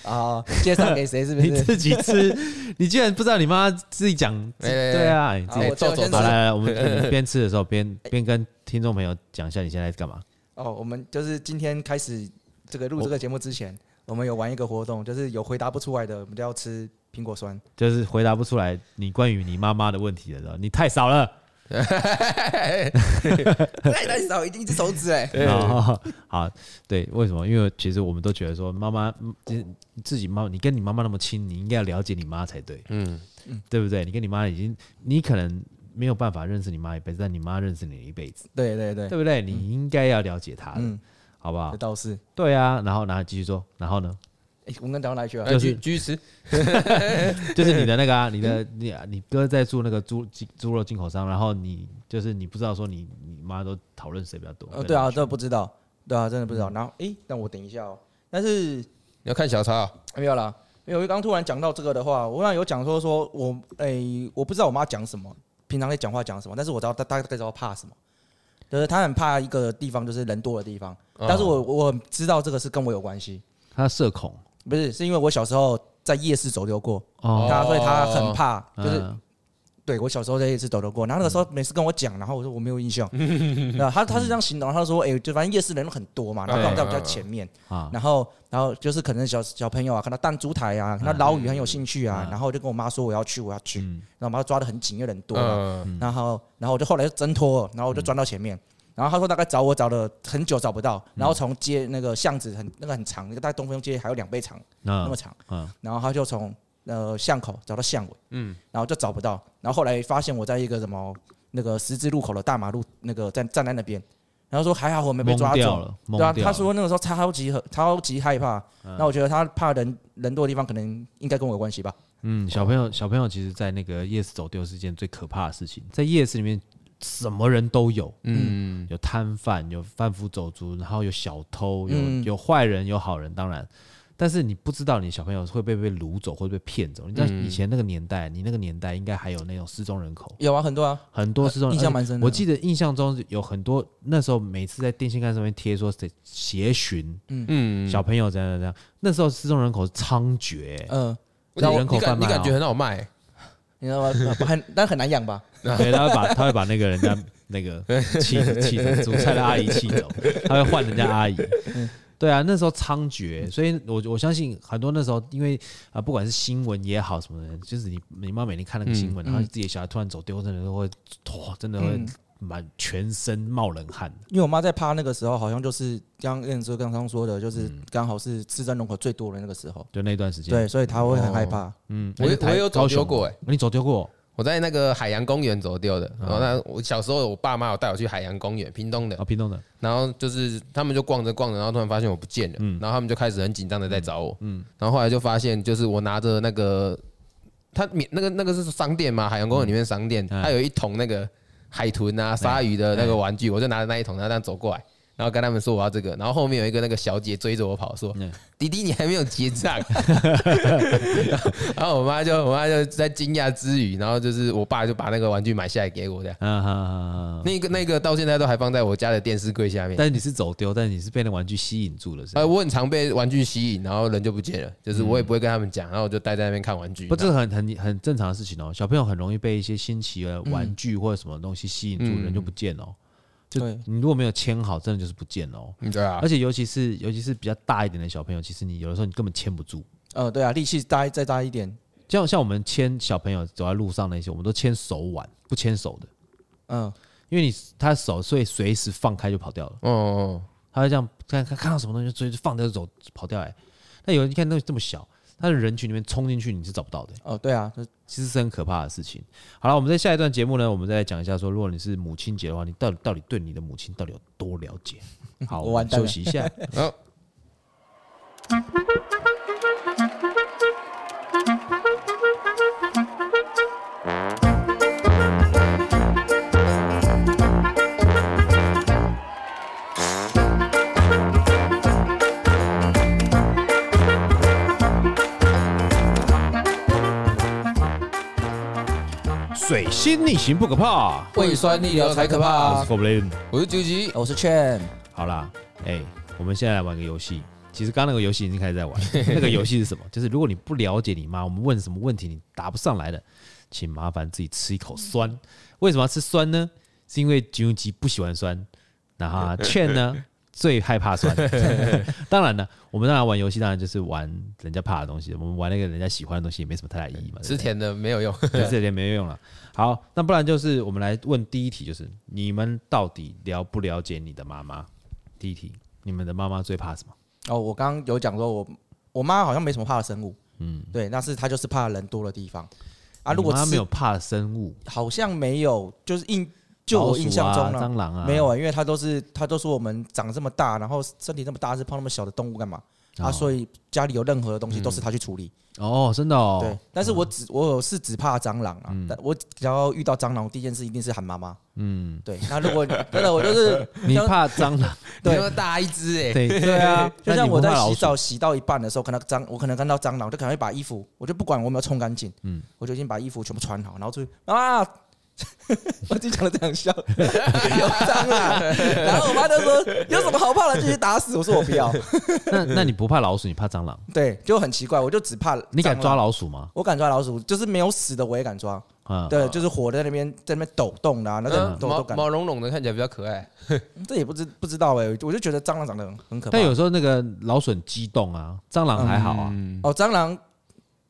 啊，介绍给谁是 不你是？自己吃，你居然不知道你妈自己讲？来来来对啊，你自己好我走走 先好，来吃来来，我们我们边吃的时候边边跟听众朋友讲一下你现在在干嘛。哦，我们就是今天开始这个录这个节目之前，我们有玩一个活动，就是有回答不出来的，我们就要吃苹果酸。就是回答不出来你关于你妈妈的问题的时候，你太少了。太太少，一定一只手指哎。 好哦好，对，为什么？因为其实我们都觉得说，妈妈嗯自自己妈，你跟你妈妈那么亲，你应该要了解你妈才对，嗯，对不对？你跟你妈已经，你可能没有办法认识你妈一辈子，但你妈认识你一辈子，对对对，对不对？你应该要了解她的，嗯，好不好这？倒是。对啊，然后然后继续说，然后呢，哎，我们讲到哪里 去了？就就是是居吃， 就是你的那个啊，你的你你哥在做那个猪鸡猪肉进口商，然后你就是你不知道说你你妈都讨论谁比较多，呃，对啊，这不知道，对啊，真的不知道。然后，诶，那我等一下哦。但是你要看小抄啊，没有啦，没有。因为刚突然讲到这个的话，我刚才有讲说说我，诶，我不知道我妈讲什么，平常在讲话讲什么，但是我知道她大概知道怕什么。就是她很怕一个地方，就是人多的地方。啊但是我我知道这个是跟我有关系，他社恐不是是因为我小时候在夜市走丢过，哦，她所以她很怕，就是嗯对我小时候在夜市走丢过，然后那个时候每次跟我讲，然后我说我没有 印象，然后他他是这样形容，他说哎、就反正夜市人很多嘛，然后刚好在我家前面，啊，然后然后就是可能小小朋友啊，看到弹珠台啊，看到捞鱼很有兴趣啊，然后我就跟我妈说我要去我要去，嗯然后我妈抓的很紧，因为人多嘛，啊嗯，然后然后我就后来就挣脱，然后我就钻到前嗯面。然后他说大概找我找了很久找不到，然后从街那个巷子很那个很长，那个大概东风街还有两倍长那那么长，嗯然后他就从呃巷口找到巷尾，嗯，然后就找不到，然后后来发现我在一个什么那个十字路口的大马路那个站站在那边，然后说还好我没被懵抓掉走，了，懵对啊，掉嗯他了说那个时候超级很超级害怕，那、我觉得他怕人人多的地方，可能应该跟我有关系吧，嗯，小朋友，小朋友其实，在那个夜市走丢是件最可怕的事情，在夜市里面，什么人都有，嗯，有摊贩，有贩夫走卒，然后有小偷，有、嗯有坏人，有好人，当然。但是你不知道你小朋友会被被掳走，会被骗走。你知道以前那个年代，你那个年代应该还有那种失踪人口，有啊，很多啊，很多失踪人印象蛮深的我记得印象中有很多，那时候每次在电线杆上面贴说谁协寻嗯，小朋友怎样怎样，那时候失踪人口是猖獗、欸嗯、这人口你感贩卖哦你感觉很好卖欸，你知道吗？ 很但很难养吧，对，他会把他会把那个人家那个气气走，煮菜的阿姨气走，他会换人家阿姨。嗯 对啊，那时候猖獗，所以我我相信很多那时候，因为啊、不管是新闻也好什么的，就是你你妈每天看那个新闻，然后自己的小孩突然走丢，真的会哇，真的会嗯满全身冒冷汗。因为我妈在趴那个时候，好像就是刚燕哥刚刚说的，就是嗯刚好是失真人口最多的那个时候，就那段时间，对，，所以她会很害怕。嗯，我而且台我有走高雄丢过欸你走丢过？哦我在那个海洋公园走丢的，然后那我小时候我爸妈有带我去海洋公园，屏东的啊，，屏东的，然后就是他们就逛着逛着，然后突然发现我不见了，嗯然后他们就开始很紧张的在找我，然后后来就发现就是我拿着那个，他免那个那个是商店嘛，海洋公园里面商店，嗯它有一桶那个海豚啊、鲨鱼的那个玩嗯具，我就拿着那一桶，然后这样走过来。然后跟他们说我要这个，然后后面有一个那个小姐追着我跑，说嗯：“弟弟，你还没有 结账。”然后我妈就我妈就在惊讶之余，然后就是我爸就把那个玩具买下来给我，这样啊哈哈哈。那个那个到现在都还放在我家的电视柜下面。但是你是走丢，但是你是被那玩具吸引住了，是吧呃，我很常被玩具吸引，然后人就不见了，就是我也嗯不会跟他们讲，然后我就待在那边看玩具。不，这很很很正常的事情哦。小朋友很容易被一些新奇的嗯玩具或者什么东西吸引住，人就不见哦。就对你如果没有牵好，真的就是不见哦。嗯对啊而，且尤其是尤其是比较大一点的小朋友，其实你有的时候你根本牵不住。呃，对啊，力气大再大一点，像像我们牵小朋友走在路上那些，我们都牵手腕，不牵手的，嗯，因为你他手所以随时呃放开就跑掉了。哦，他会这样看看看到什么东西就追，就放掉就走跑掉哎、那有人你看那这么小，他的人群里面冲进去你是找不到的，欸哦，对啊，就其实是很可怕的事情。好了，我们在下一段节目呢，我们再来讲一下说，如果你是母亲节的话，你到底到底对你的母亲到底有多了解？好， 我我完们蛋休了息一下。好，水星逆行不 可怕，胃酸逆流才可我怕是。Goblin。我是九级，我是 Chen，好啦，哎、我们现在来玩个游戏。其实刚刚那个游戏已经开始在玩，那个游戏是什么？就是如果你不了解你妈，我们问什么问题你答不上来的，请麻烦自己吃一口酸。为什么要吃酸呢？是因为金庸吉不喜欢酸，那哈劝呢最害怕酸。当然了，我们当然玩游戏，当然就是玩人家怕的东西，我们玩那个人家喜欢的东西也没什么太大意义嘛。对不对吃甜的没有用。对，这点没用了。好，那不然就是我们来问第一题，就是你们到底了不了解你的妈妈？第一题，你们的妈妈最怕什么？哦，我刚刚有讲说我我妈好像没什么怕的生物，嗯，对，但是她就是怕人多的地方啊。如果你妈吃没有怕生物，好像没有，就是印就我印象中老鼠啊呢、蟑螂啊，没有、啊，因为她都是她都说我们长这么大，然后身体这么大，是碰那么小的动物干嘛？啊，哦所以家里有任何的东西都是她去处理。哦，真的哦，嗯对，但是我只我有是只怕蟑螂啊，但我只要遇到蟑螂，我第一件事一定是喊妈妈。嗯，对。那如果 真的我就是你像怕蟑 螂，对你那么大一只哎，对对啊，就像我在 那你不怕老洗鼠澡洗到一半的时候，看到蟑，我可能看到蟑螂，我就可能会把衣服，我就不管我有没有冲干净，嗯，我就已经把衣服全部穿好，然后就啊， 我自己讲的这 样笑，有蟑螂，然后我妈就说有什么好怕的，就去打死，我说我不 要，那那你不怕老鼠，你怕蟑螂？对，就很奇怪，我就只怕你敢抓老，老鼠吗？我敢抓老鼠，就是没有死的我也敢抓，啊，呃对，就是活在那边在那边抖动的啊，那种嗯都毛都敢，毛茸茸的看起来比较可爱。这也不知不知道哎，我就觉得蟑螂长得很很可怕但，有时候那个老鼠很激动啊，蟑螂还好啊，嗯哦，蟑螂。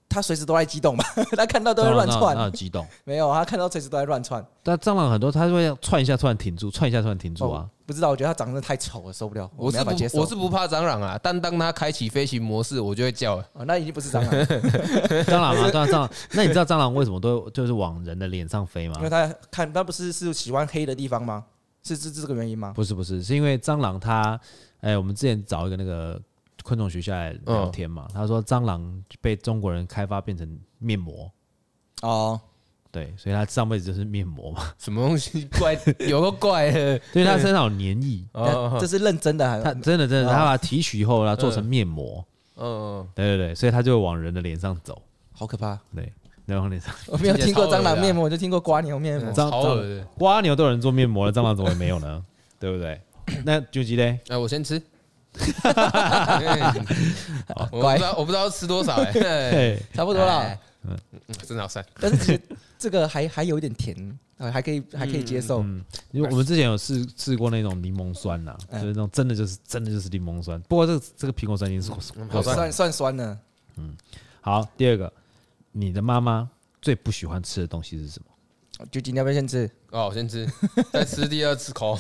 它随时都在激动嘛， 它看到都蟑会螂乱那窜那，很激动。没有，他啊看到随时都在乱窜。但蟑螂很多，它会窜一下，突然停住，窜一下，突然停住啊哦。，不知道，我觉得他长得太丑了，受不了，我没是办法接不受。我是不怕蟑螂啊，但当它开启飞行模式，我就会叫了。哦，那已经不是蟑螂 了，蟑螂啊，对啊，蟑螂。那你知道蟑螂为什么都就是往人的脸上飞吗因？为他看他不是是喜欢黑的地方吗？是是是这个原因吗？不是不是，是因为蟑螂它，哎、我们之前找一个那个昆虫学家来聊天嘛，他说蟑螂被中国人开发变成面膜，哦，对，所以它上辈子就是面膜 嘛，什么东西怪，有个怪 的所以它身上有粘液，那哦，这是认真的，它还真的真的，哦它把它提取以后，然后做成面膜，嗯，对对对，所以它就会往人的脸上走，好可怕。对，然后往脸上我没有听过蟑螂面超 膜，我就听过瓜牛面膜嗯。蟑超恶的。瓜牛都有人做面膜了，蟑螂怎么会没有呢？对不对？那究极嘞？哎，我先吃。嗯我不乖知道，我不知道要吃多少 哎，嘿对，差不多啦哎，嗯真的好酸。但是其实这个还还有一点甜，呃还可以嗯还可以接受。因为我们之前有试试过那种柠檬酸呐、嗯就是那种真的就是真的就是柠檬酸。不过这个这个苹果酸已经是嗯好过酸了。算算酸呢，好，第二个，你的妈妈最不喜欢吃的东西是什么？就今天要不要先吃？哦，我先吃，再吃第二次 口。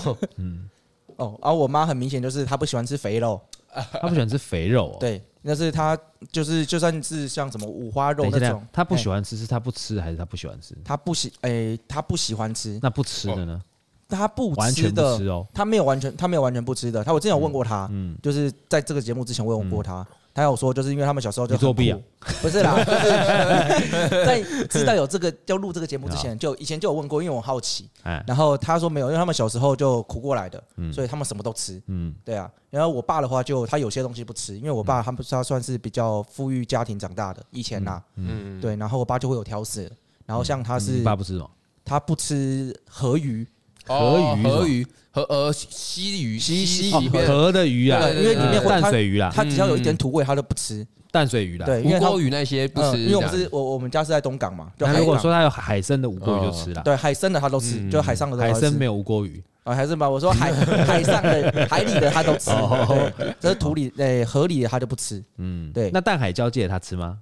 哦，啊，我妈很明显就是她不喜欢吃肥肉，她不喜欢吃肥肉、哦。， 对，那是她就是就算是像什么五花肉等一下那等一种哎下，，她不喜欢，欢吃是她不吃还是她不喜欢吃？她不喜，哎，她不喜欢吃，那不吃的呢？他哦不完吃全不的，吃哦。嗯他没有完全，他没有完全不吃的。他我之前有问过他，就是在这个节目之前我有问过他，他有说就是因为他们小时候就你作弊啊很苦，不是啦，就是 在知道有这个要录这个节目之前，就以前就有问过，因为我好奇，啊哎，然后他说没有，因为他们小时候就苦过来的，所以他们什么都吃。嗯，对啊，然后我爸的话就他有些东西不吃，因为我爸他们他算是比较富裕家庭长大的，以前呐，嗯，对，然后我爸就会有挑食，然后像他嗯你是爸不吃吗？他不吃河鱼，哦河鱼是吧河鱼，河呃西西鱼，西哦西里边河的鱼啊，对因为里面嗯会淡水鱼啦，他只要有一点土味他都不吃。淡水鱼啦。对，因为吴他嗯锅鱼那些不吃，嗯因为我们是我我们家是在东港嘛，就那海如果港说它有海参的无锅鱼就吃啦，对海参的他都哦嗯吃，就海上的海参没有有无锅鱼。啊，海参吧，我说海海上的海里的他都吃，哎对这是土里诶河里的他就不吃，哦嗯，对那淡海椒蟹它吃吗？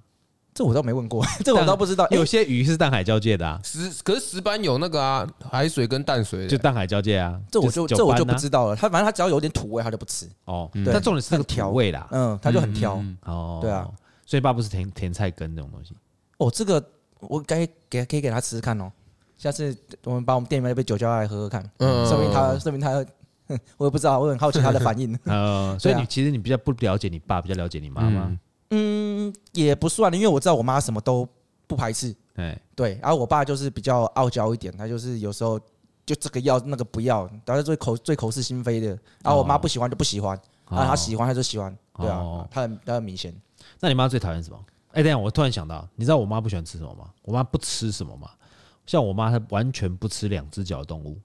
这我倒没问过， 这我倒不知道。哎有些鱼是淡海交界的啊，石可是石斑有那个啊，海水跟淡水的就淡海交界啊，这我是就九这我斑就不啊知道了。他反正他只要有点土味，他就不吃。哦。嗯但重点是那个很挑调味啦，嗯，他就很挑。嗯嗯嗯哦，对啊，所以爸不是甜甜菜根这种 东西，。哦，这个我该给可以给他吃吃看哦。下次我们把我们店里面那杯酒叫他来喝喝看，嗯说明他说明他， 哼我也不知道，我很好奇他的反 应呃，所以对啊你其实你比较不了解你爸，比较了解你妈妈嗯，嗯，也不算，因为我知道我妈什么都不排斥，哎，对，然后我爸就是比较傲娇一点，他就是有时候就这个要那个不要，然后最口最口是心非的。然后我妈哦不喜欢就不喜欢，然后他哦喜欢他就喜欢，对啊哦，他很他很明显。那你妈最讨厌什么？哎、等一下，我突然想到，你知道我妈不喜欢吃什么吗？我妈不吃什么吗？像我妈，她完全不吃两只脚的动物，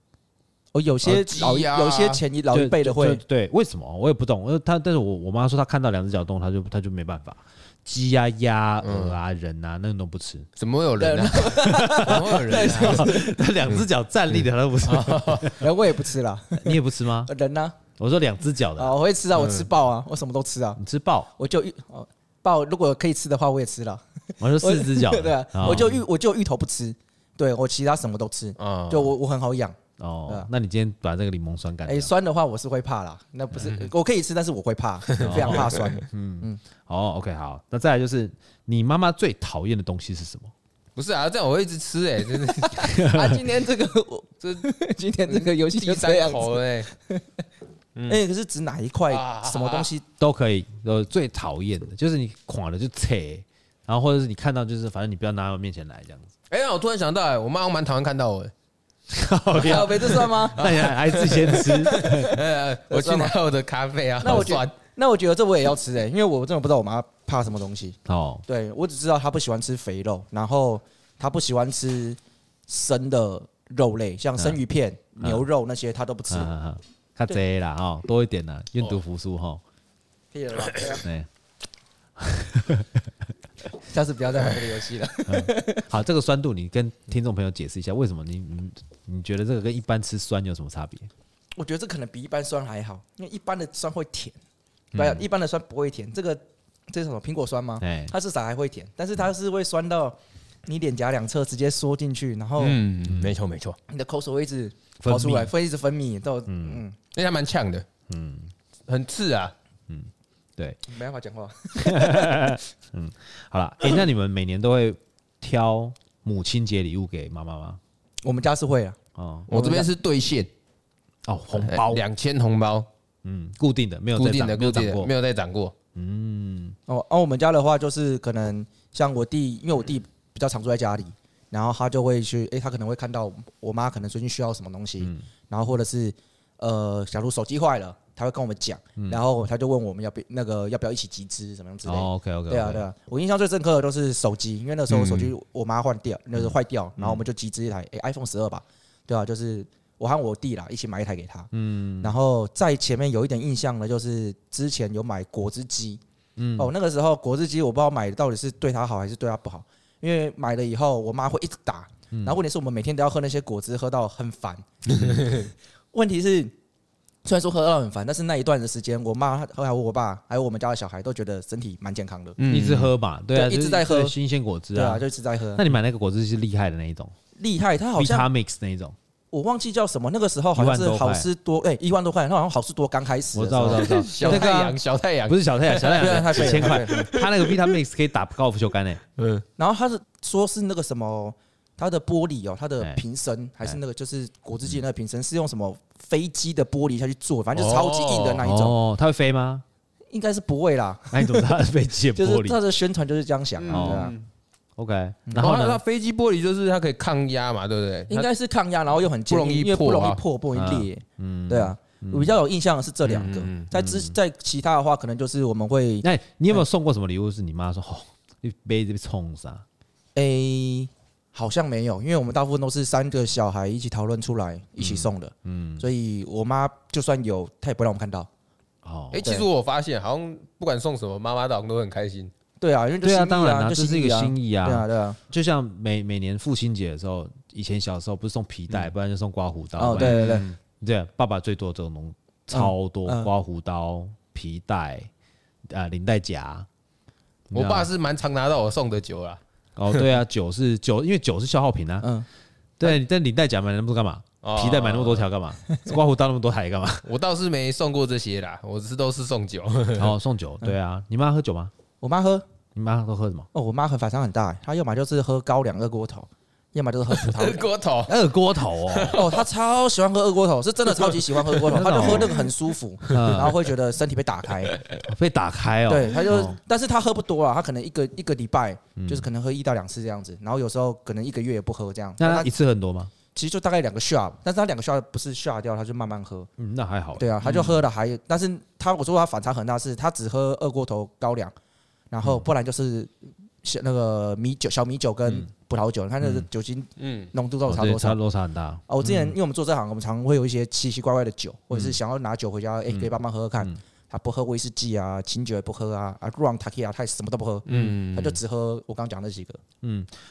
哦，有些呃鸡老一呀有些前一老一辈的就会就，对，为什么我也不懂。呃，她，但是我我妈说她看到两只脚的动物，她就她就没办法。鸡呀、鸭、鹅啊、嗯人啊，那种都不吃。 怎么会有人啊？ 怎么会有人啊？她两只脚站立的她都不 吃， 哦人我也不吃啦， 你也不吃吗？呃人呢？我说两只脚的，啊，我会吃啊，我吃爆啊，我什么都吃啊，你吃爆。我就芋哦爆，如果可以吃的话，我也吃了。我说我四只脚的， 对啊，哦我就芋我就芋头不吃，对我其他什么都吃，啊，就我我很好养。对哦啊。那你今天把这个柠檬酸干掉哎，。酸的话我是会怕啦，那不是我可以吃，但是我会怕，非常怕酸。哦，OK，好。那再来就是你妈妈最讨厌的东西是什么？不是啊，这样我会一直吃 哎，真的啊，今天这个我 这 今天这个游戏第就这样三子。口哎，哎，可是指哪一块啊什么东西？都可以。呃，最讨厌的就是你垮了就扯，然后或者是你看到就是反正你不要拿到我面前来这 样子。哎，那我突然想到，哎，我妈蛮讨厌看到我哎，啊，没这算吗？那你还还自己先 吃，呃， 我去拿我的咖啡啊，啊那我好觉酸得，那我觉得这我也要吃哎、因为我真的不知道我妈怕什么东西。哦，对我只知道她不喜欢吃肥肉，然后她不喜欢吃生的肉类，像生鱼片、嗯牛肉那些她都不吃嗯。嗯嗯，看贼啦哦，多一点啦，愿赌服输哈。可以了吧？对啊对， 下次不要再玩这个游戏了。哎好，这个酸度你跟听众朋友解释一下，为什么你你你觉得这个跟一般吃酸有什么差别？我觉得这可能比一般酸还好，因为一般的酸会甜，对啊、一般的酸不会甜。这个这是什么苹果酸吗？哎，它至少还会甜，但是它是会酸到你脸颊两侧直接缩进去，然后嗯，没错没错，你的口水会一直分跑出来，泌会一直分泌，到嗯那它蛮呛的，嗯，很刺啊，对，没办法讲话。 好啦，哎，那你们每年都会挑母亲节礼物给妈妈吗？我们家是会啊，哦我这边是兑现哎哦，红包，呃两千红包，嗯，固定的，没有固再定涨的没有固涨定的，过没有再涨过，哦，啊，我们家的话就是可能像我弟，因为我弟比较常住在家里，然后他就会去，诶，他可能会看到我妈可能最近需要什么东西，然后或者是呃，假如手机坏了，他会跟我们讲，然后他就问我们要不那个要不要一起集资什么样之类的。哦，OK，OK，对啊，嗯对啊，我印象最深刻的都是手机，因为那时候我手机我妈换掉，那时候坏掉，然后我们就集资一台，诶 i p h o n e 十二吧，对啊，就是我和我弟啦一起买一台给他，嗯，然后在前面有一点印象呢，就是之前有买果汁机，嗯，哦，那个时候果汁机我不知道买的到底是对他好还是对他不好，因为买了以后我妈会一直打，然后问题是我们每天都要喝那些果汁，喝到很 烦，问题是。虽然说喝到很烦，但是那一段的时间，我妈、还有我爸，还有我们家的小孩都觉得身体蛮健康的。一直喝嘛，对啊，对一直就是在喝对新鲜果汁对啊，啊。就一直在喝那。你买那个果汁是厉害的那一种厉害，他好像，Vitamix 那一种，我忘记叫什么，那个时候好像一万是多块好事多，哎，一万多块，那好像好事多刚开始我的知时候。道，我知道，我知 小道。那太个阳，啊小太阳不，是小太阳，小太哎对啊阳太是贵几千块太贵，他那个 Vitamix 可以打高尔夫球杆诶。欸嗯，然后他是说是那个什么，他的玻璃哦，他的哎瓶身还是那个就是果汁机的那个瓶身，是用什么飞机的玻璃下去做，反正就是哦超级硬的那一种，哦，它会飞吗？ 应该是不会啦。那你怎么知道它是飞机的就玻是他璃哦的宣传就是这样想啊，对啊，嗯？OK，然然后后它呢？飞机玻璃就是它可以抗压嘛，对不对？应该是抗压，然后又很坚不容易硬，因为不容破啊易破，不容易裂，嗯，对啊。我比较有印象的是这两个嗯嗯嗯，在之在其他的话，可能就是我们会那你哎有没有送过什么礼物？是你妈说哦，你杯子被冲啊啥？诶、好像没有，因为我们大部分都是三个小孩一起讨论出来一起送的，嗯，所以我妈就算有，她也不会让我们看到。哦哎，，其实对我发现好像不管送什么，妈妈好像都很开心。对啊，因为就对啊，心意当然啦，就这心意是一个啊心意对啊。啊，对啊，就像每每年父亲节的时候，以前小时候不是送皮带，不然就送刮胡刀。嗯哦，不然对对对，对啊，爸爸最多这种东超多，嗯刮胡刀、皮带、啊领带夹，我爸是蛮常拿到我送的 酒啦。哦，对 啊，酒是酒，因为酒是消耗品啊。嗯，对，但领带夹买那么多干嘛？哦皮带买那么多，条干嘛？刮胡刀那么多 台干嘛？我倒是没送过这些啦，我是都是送酒。然后送酒，对啊，你妈喝酒吗？我妈喝你妈都喝什么？哦，我妈很反常很大，她要么就是喝高粱二锅头，要么就是喝葡萄 二酒。 锅头，二锅头哦，哦，她超喜欢喝二锅头，是真的超级喜欢喝二锅头， 真的她哦嗯就喝那个很舒服，然后会觉得身体被 打开。被打开哦。对，她就哦，但是她喝不多啊，她可能一个一个礼拜嗯就是可能喝一到两次这样子，然后有时候可能一个月也不喝这样。那那她一她次很多吗？其实就大概两个 shot，但是她两个 shot 不是 shot 掉，她就慢慢喝。嗯，那还好。对啊，他就喝了还，但是他我说他反差很大，是他只喝二锅头高粱，然后不然就是小那个米酒、小米酒跟葡萄酒，你看那个酒精嗯，浓度到哦，底差对，多差嗯少？落差很大。啊，我之前因为我们做这行，我们常会有一些奇奇怪怪的酒，嗯或者是想要拿酒回家，哎，给爸妈喝喝看。他不喝威士忌啊，清酒也不喝啊，啊，rum、t a k i a 他也什么都不喝，嗯他就只喝我刚讲那几个。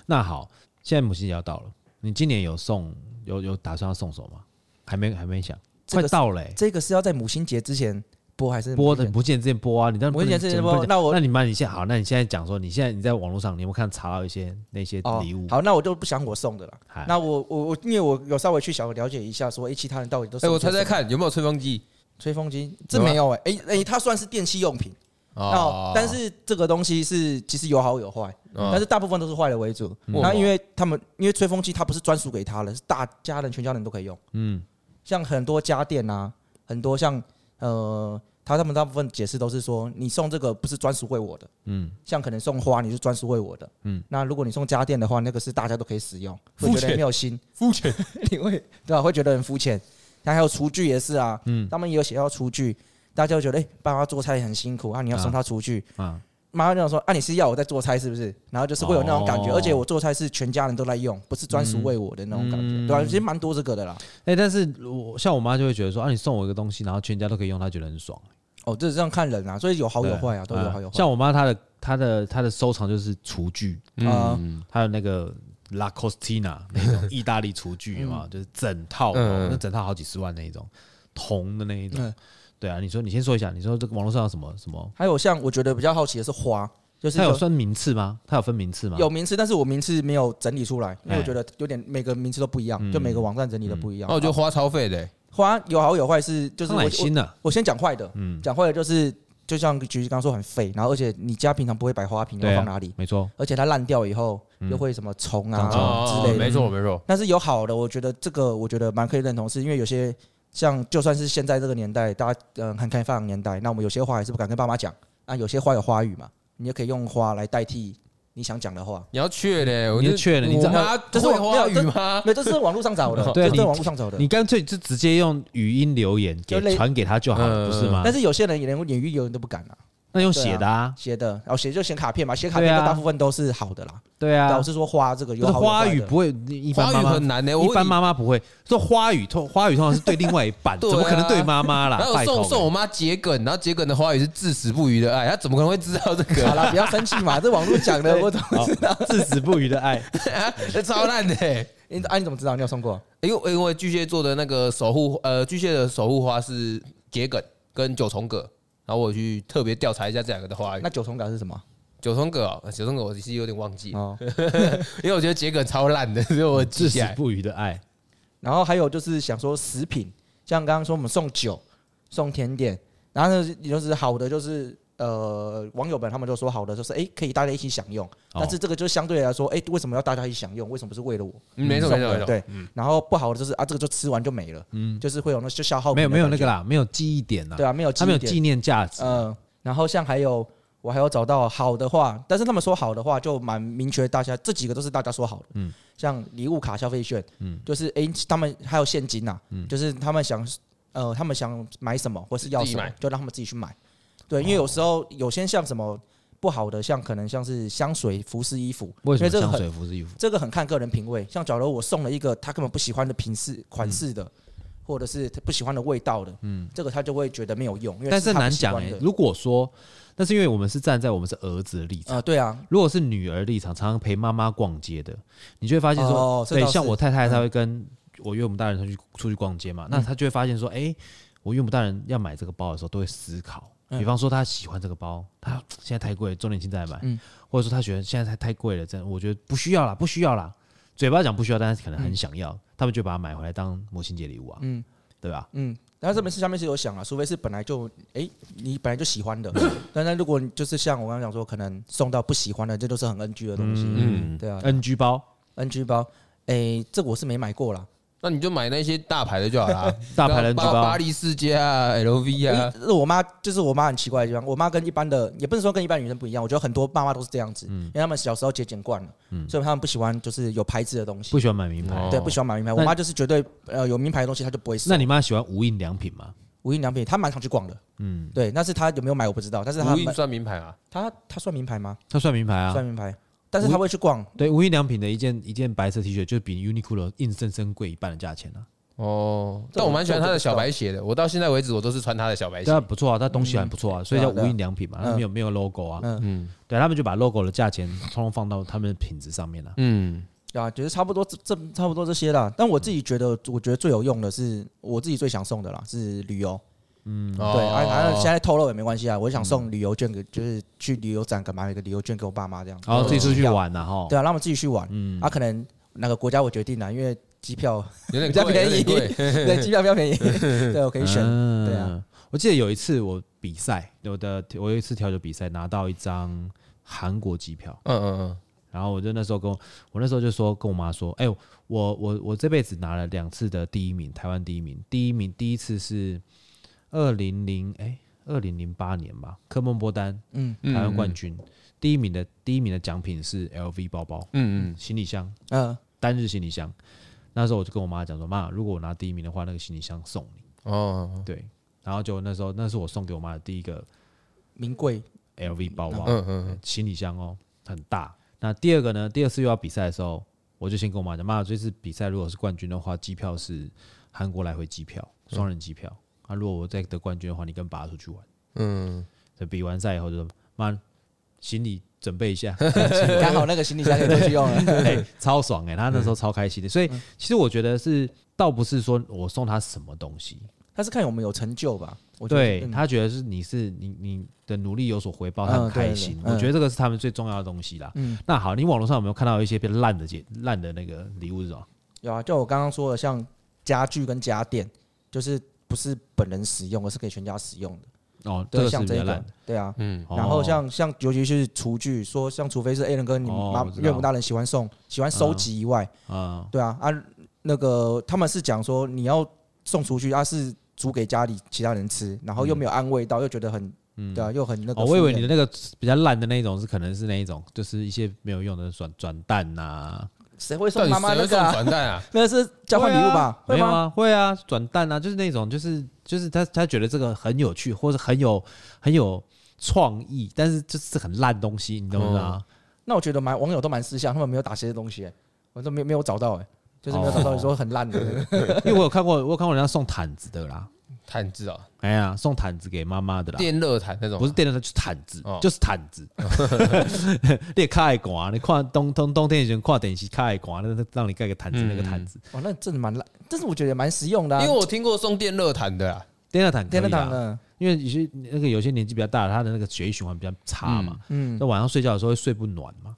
那好，现在母亲节要到了，你今年有送有有打算要送什么吗？还没还没想，这快个是到了欸。这个是要在母亲节之前播还是播的的？不见之前播啊，你当然母亲节不能之前不能播讲那我那你妈你现在好，那你现在讲说你现在你在网络上你有没有看查到一些那些哦礼物？，哎好，那我就不想我送的了。嗨，那我我我，因为我有稍微去小了解一下，说哎、诶其他人到底都是哎，我猜猜看有没有吹风机？吹风机，这没有哎哎哎，诶它算是电器用品哦，但是这个东西是其实有好有坏，哦但是大部分都是坏的为主。嗯那因为他们因为吹风机它不是专属给他的，是大家人全家人都可以用，嗯，像很多家电啊，很多像呃，他他们大部分解释都是说你送这个不是专属为我的，嗯嗯，像可能送花你是专属为我的，嗯嗯，那如果你送家电的话，那个是大家都可以使用，会肤觉得浅没有心。肤浅，你会对啊吧、会觉得很肤浅。那还有厨具也是啊，嗯他们也有写到厨具，大家就觉得哎、爸妈做菜很辛苦啊，你要送他厨具，啊，妈妈就想说啊，你是要我在做菜是不是？然后就是会有那种感觉，哦而且我做菜是全家人都在用，不是专属为我的那种感嗯觉，对吧、啊其实蛮多这个的啦。哎，但是我像我妈就会觉得说啊，你送我一个东西，然后全家都可以用，她觉得很爽，哦，这是这样看人啊，所以有好有坏啊，都有啊好有坏。像我妈她的她的她的收藏就是厨具，呃嗯，她的那个 La Costina 那 种意大利厨具嘛，嗯就是整套的哦，嗯那整套好几十万那一种，铜的那一种嗯。对啊，你说你先说一下，你说这个网络上有什么什么？还有像我觉得比较好奇的是花，就是它有说分名次吗？它有分名次吗？有名次，但是我名次没有整理出来，因啊哎嗯为哦我觉得有点每个名次都不一样，就每个网站整理的不一样。那我觉得花超费的，花有好有坏是就是康我乃我馨呢？我先讲坏的，嗯讲坏的就是就像菊菊刚说很废，然后而且你家平常不会摆花瓶，要对啊放哪里？没错，而且它烂掉以后又会什么虫啊长虫之类哦没的。错没错，但是有好的，我觉得这个我觉得蛮可以认同，是因为有些像就算是现在这个年代，大家嗯很开放的年代，那我们有些话还是不敢跟爸妈讲啊，有些话有花语嘛，你也可以用花来代替你想讲的话。你要确的，我你就就确的你我知道妈这是会我没花有语这吗？ 没有，这是网络上找的，对啊这你是网络上找的你。干脆就直接用语音留言给就类传给他就好了，嗯不是吗但？是有些人也连言语留言都不敢啊，那用写的啊，写的，然后写就写卡片嘛，写卡片对啊大部分都是好的啦。对对啊，啊我，是说花这个不有是好有花坏语的不会，一般花语妈很妈欸难的，我一般问你妈妈不会说花语通花语通常是对另外一 半，怎对啊么可能对妈妈啦然？后拜送托，送我妈桔梗，然后桔梗的花语是至死不渝的爱，她怎么可能会知道这 好个？啦，不要生气嘛，这网络讲的，我怎么知道？至死不渝的爱，这 超烂的欸。你啊，你怎么知道？你有送过？因为因为巨蟹座的那个守护，呃，巨蟹的守护花是桔梗跟九重葛，然后我去特别调查一下这两个的花语那。九重感是什么？九重葛哦，九重葛我其实有点忘记，哦， 因为我觉得桔梗超烂的，所以我记至起死 来。不渝的爱，然后还有就是想说食品，像刚刚说我们送酒、送甜点，然后呢，也就是好的就是。呃，网友们他们就说好的，就是哎、可以大家一起享用，哦但是这个就相对来说，哎、为什么要大家一起享用？为什么不是为了我？嗯没错送没错的没错，对。然后不好的就是啊，这个就吃完就没了，嗯，就是会有那就消耗品没有的没有感那觉个啦，没有记忆点啦，对啊，没有它没有记忆点纪念价值，嗯，然后像还有我还有找到好的话，但是他们说好的话就蛮明确，大家这几个都是大家说好的。嗯，像礼物卡、消费券，嗯，就是诶，他们还有现金呐、就是他们想呃，他们想买什么或是要自己什么买，就让他们自己去买。对，因为有时候有些像什么不好的，像可能像是香水、服饰、衣服，为什么因为这个香很水服是衣服？这个很看个人品味。像假如我送了一个他根本不喜欢的品式、嗯款式的，或者是他不喜欢的味道的，嗯，这个他就会觉得没有用，因为但是他不难喜讲欢哎、的如果说，但是因为我们是站在我们是儿子的立场，呃，对啊，如果是女儿立场，常常陪妈妈逛街的，你就会发现说，哦这对，倒是像我太太，她会跟我岳母大嗯人出去出去逛街嘛，那她就会发现说，哎、我岳母大人要买这个包的时候，都会思考，嗯比方说他喜欢这个包，他现在太贵，周年庆再买嗯，或者说他觉得现在太太贵了，真的我觉得不需要啦，不需要啦。嘴巴讲不需要，但是可能很想要，他们就把它买回来当母亲节礼物啊，嗯对吧？嗯，但是这边是下面是有想啊，除非是本来就哎、你本来就喜欢的，嗯但是如果你就是像我刚刚讲说，可能送到不喜欢的，这都是很 NG 的东西。嗯对啊，NG 包，NG 包，哎、这我是没买过啦。那你就买那些大牌的就好啦，大牌人举巴包巴，黎世家啊，LV 啊，因为我妈就是我妈很奇怪的地方，我妈跟一般的也不是说跟一般女生不一样，我觉得很多爸妈都是这样子，因为他们小时候节俭惯了，所以他们不喜欢就是有牌子的东西不，喜欢买名牌哦。对，不喜欢买名牌。我妈就是绝对呃有名牌的东西她就不会送。那你妈喜欢无印良品吗？无印良品，她蛮常去逛的，嗯，对，但是她有没有买我 不知道，但是她无印买算名牌啊，她她算名牌吗？她算名牌啊算，名牌，但是她会去逛，对，无印良品的一件一件白色 T 恤就比 Uniqlo 硬生生贵一半的价钱啊，哦，这但我我蛮喜欢这他我的不知道小白鞋的，我到现在为止我都是穿他的小白鞋对啊，，不错啊，它东西还不错啊，所以叫无印良品嘛，对啊它没有没有 logo 啊，嗯嗯，对，他们就把 logo 的价钱通通放到他们的品质上面了，嗯，对啊，就是差不多这这差不多这些啦。但我自己觉得，我觉得最有用的是我自己最想送的啦，是旅游。哦对，啊，反正现在透露也没关系啊。我想送旅游券给，就是去旅游展干嘛，有个旅游券给我爸妈这样。然哦后自己出去玩然后对啊，让他们自己去玩。嗯，啊，可能哪个国家我决定了，因为 机票有点比较贵，有便点宜，贵， 对，机票比较便宜，对我可以选。对啊，嗯，我记得有一次我比赛，我的我有一次调酒比赛拿到一张韩国机票，嗯嗯嗯，然后我就那时候跟我我那时候就说跟我妈说，哎、我我我这辈子拿了两次的第一名，台湾第一名，第一名第一次是二零零哎二零零八年吧，科梦波丹嗯嗯台湾冠军，第一名的第一名的奖品是 LV 包包、嗯行李箱，嗯，单日行李箱。那时候我就跟我妈讲说，妈，如果我拿第一名的话，那个行李箱送你。嗯，哦，对，然后就那时候那是我送给我妈的第一个名贵 LV 包包，嗯嗯，嗯行李箱哦，很大。那第二个呢？第二次又要比赛的时候，我就先跟我妈讲，妈，这次比赛如果是冠军的话，机票是韩国来回机票，双人机票。啊，如果我再得冠军的话，你跟爸出去玩。嗯，所以比完赛以后就说，妈，行李准备一下，刚好那个行李箱可以过去 用了。哎，超爽哎、他那时候超开心的。所以其实我觉得是，倒不是说我送他什么东西，但是看我们有成就吧，我觉得对嗯他觉得是你是你你的努力有所回报，嗯他很开心对。对我觉得这个是他们最重要的东西啦。嗯那好，你网络上有没有看到一些比较烂的解烂的那个礼物是什么？有啊，就我刚刚说的，像家具跟家电，就是不是本人使用，而是给全家使用的。哦，这对，个是像比这较个烂。，对啊。嗯，哦然后像像尤其是厨具，说像除非是 A 人跟你哦妈我知道岳母大人喜欢送、喜欢收集以外，啊对啊啊，那个他们是讲说你要送出去，啊是煮给家里其他人吃，然后又没有安慰到，又觉得很对啊，又很那嗯个哦，敷衍。我以为你的那个比较烂的那一种是可能是那一种，就是一些没有用的转转蛋呐，谁会到送底妈妈谁那会送个、啊？传单啊？那是交换礼物吧？没会有吗？啊，会啊，转蛋啊，就是那种就是就是他他觉得这个很有趣，或者很有很有创意，但是就是很烂东西，你懂不懂啊？那我觉得蛮网友都蛮私下，他们没有打这些东西、欸我都没没有找到哎、就是没有找到哦你说很烂的 那个，因为我有看过，我有看过人家送毯子的啦，毯子 啊，哎呀，送毯子给妈妈的啦，电热毯那种，啊不是，电动车，就是毯子哦，就是毯子。你也看爱啊，你看冬冬冬天以前看电视看爱啊，那那让你盖个毯子，嗯那个毯子，哦哇，那真的蛮烂，但是我觉得也蛮实用的、啊。因为我听过送电热毯的啦，啊电热毯可以啊天啦天堂，的，因为有些那个有些年纪比较大的，他的那个血液循环比较差嘛，嗯那晚上睡觉的时候会睡不暖嘛，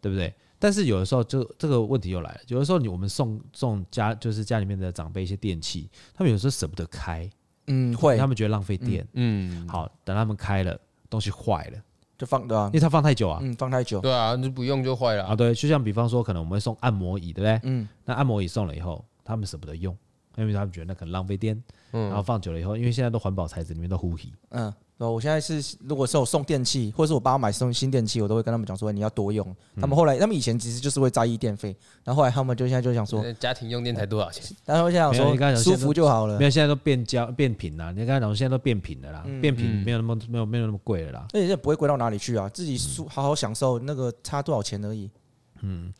对不对？但是有的时候就这个问题又来了，有的时候你我们送送家就是家里面的长辈一些电器，他们有时候舍不得开，嗯，会他们觉得浪费电。嗯，好，等他们开了，东西坏了，就放对啊因，为它放太久啊。嗯，放太久，对啊，你不用就坏了啊，啊，对，就像比方说，可能我们会送按摩椅，对不对？嗯那按摩椅送了以后，他们舍不得用，因为他们觉得那可能浪费电。然后放久了以后，因为现在都环保材质，里面都呼吸。嗯。然后我现在是，如果是我送电器，或者是我爸妈买送新电器，我都会跟他们讲说你要多用。他嗯们后来，他们以前其实就是会在意电费，然后后来他们就现在就想说，家庭用电才多少钱？然后现在没有你刚才讲想说舒现在服就好了没。有，现在都变胶变平啦。你刚才讲，现在都变平了啦，嗯变平没有那么没有没有那么贵了啦。而且也不会贵到哪里去啊，自己舒好好享受，那个差多少钱而已。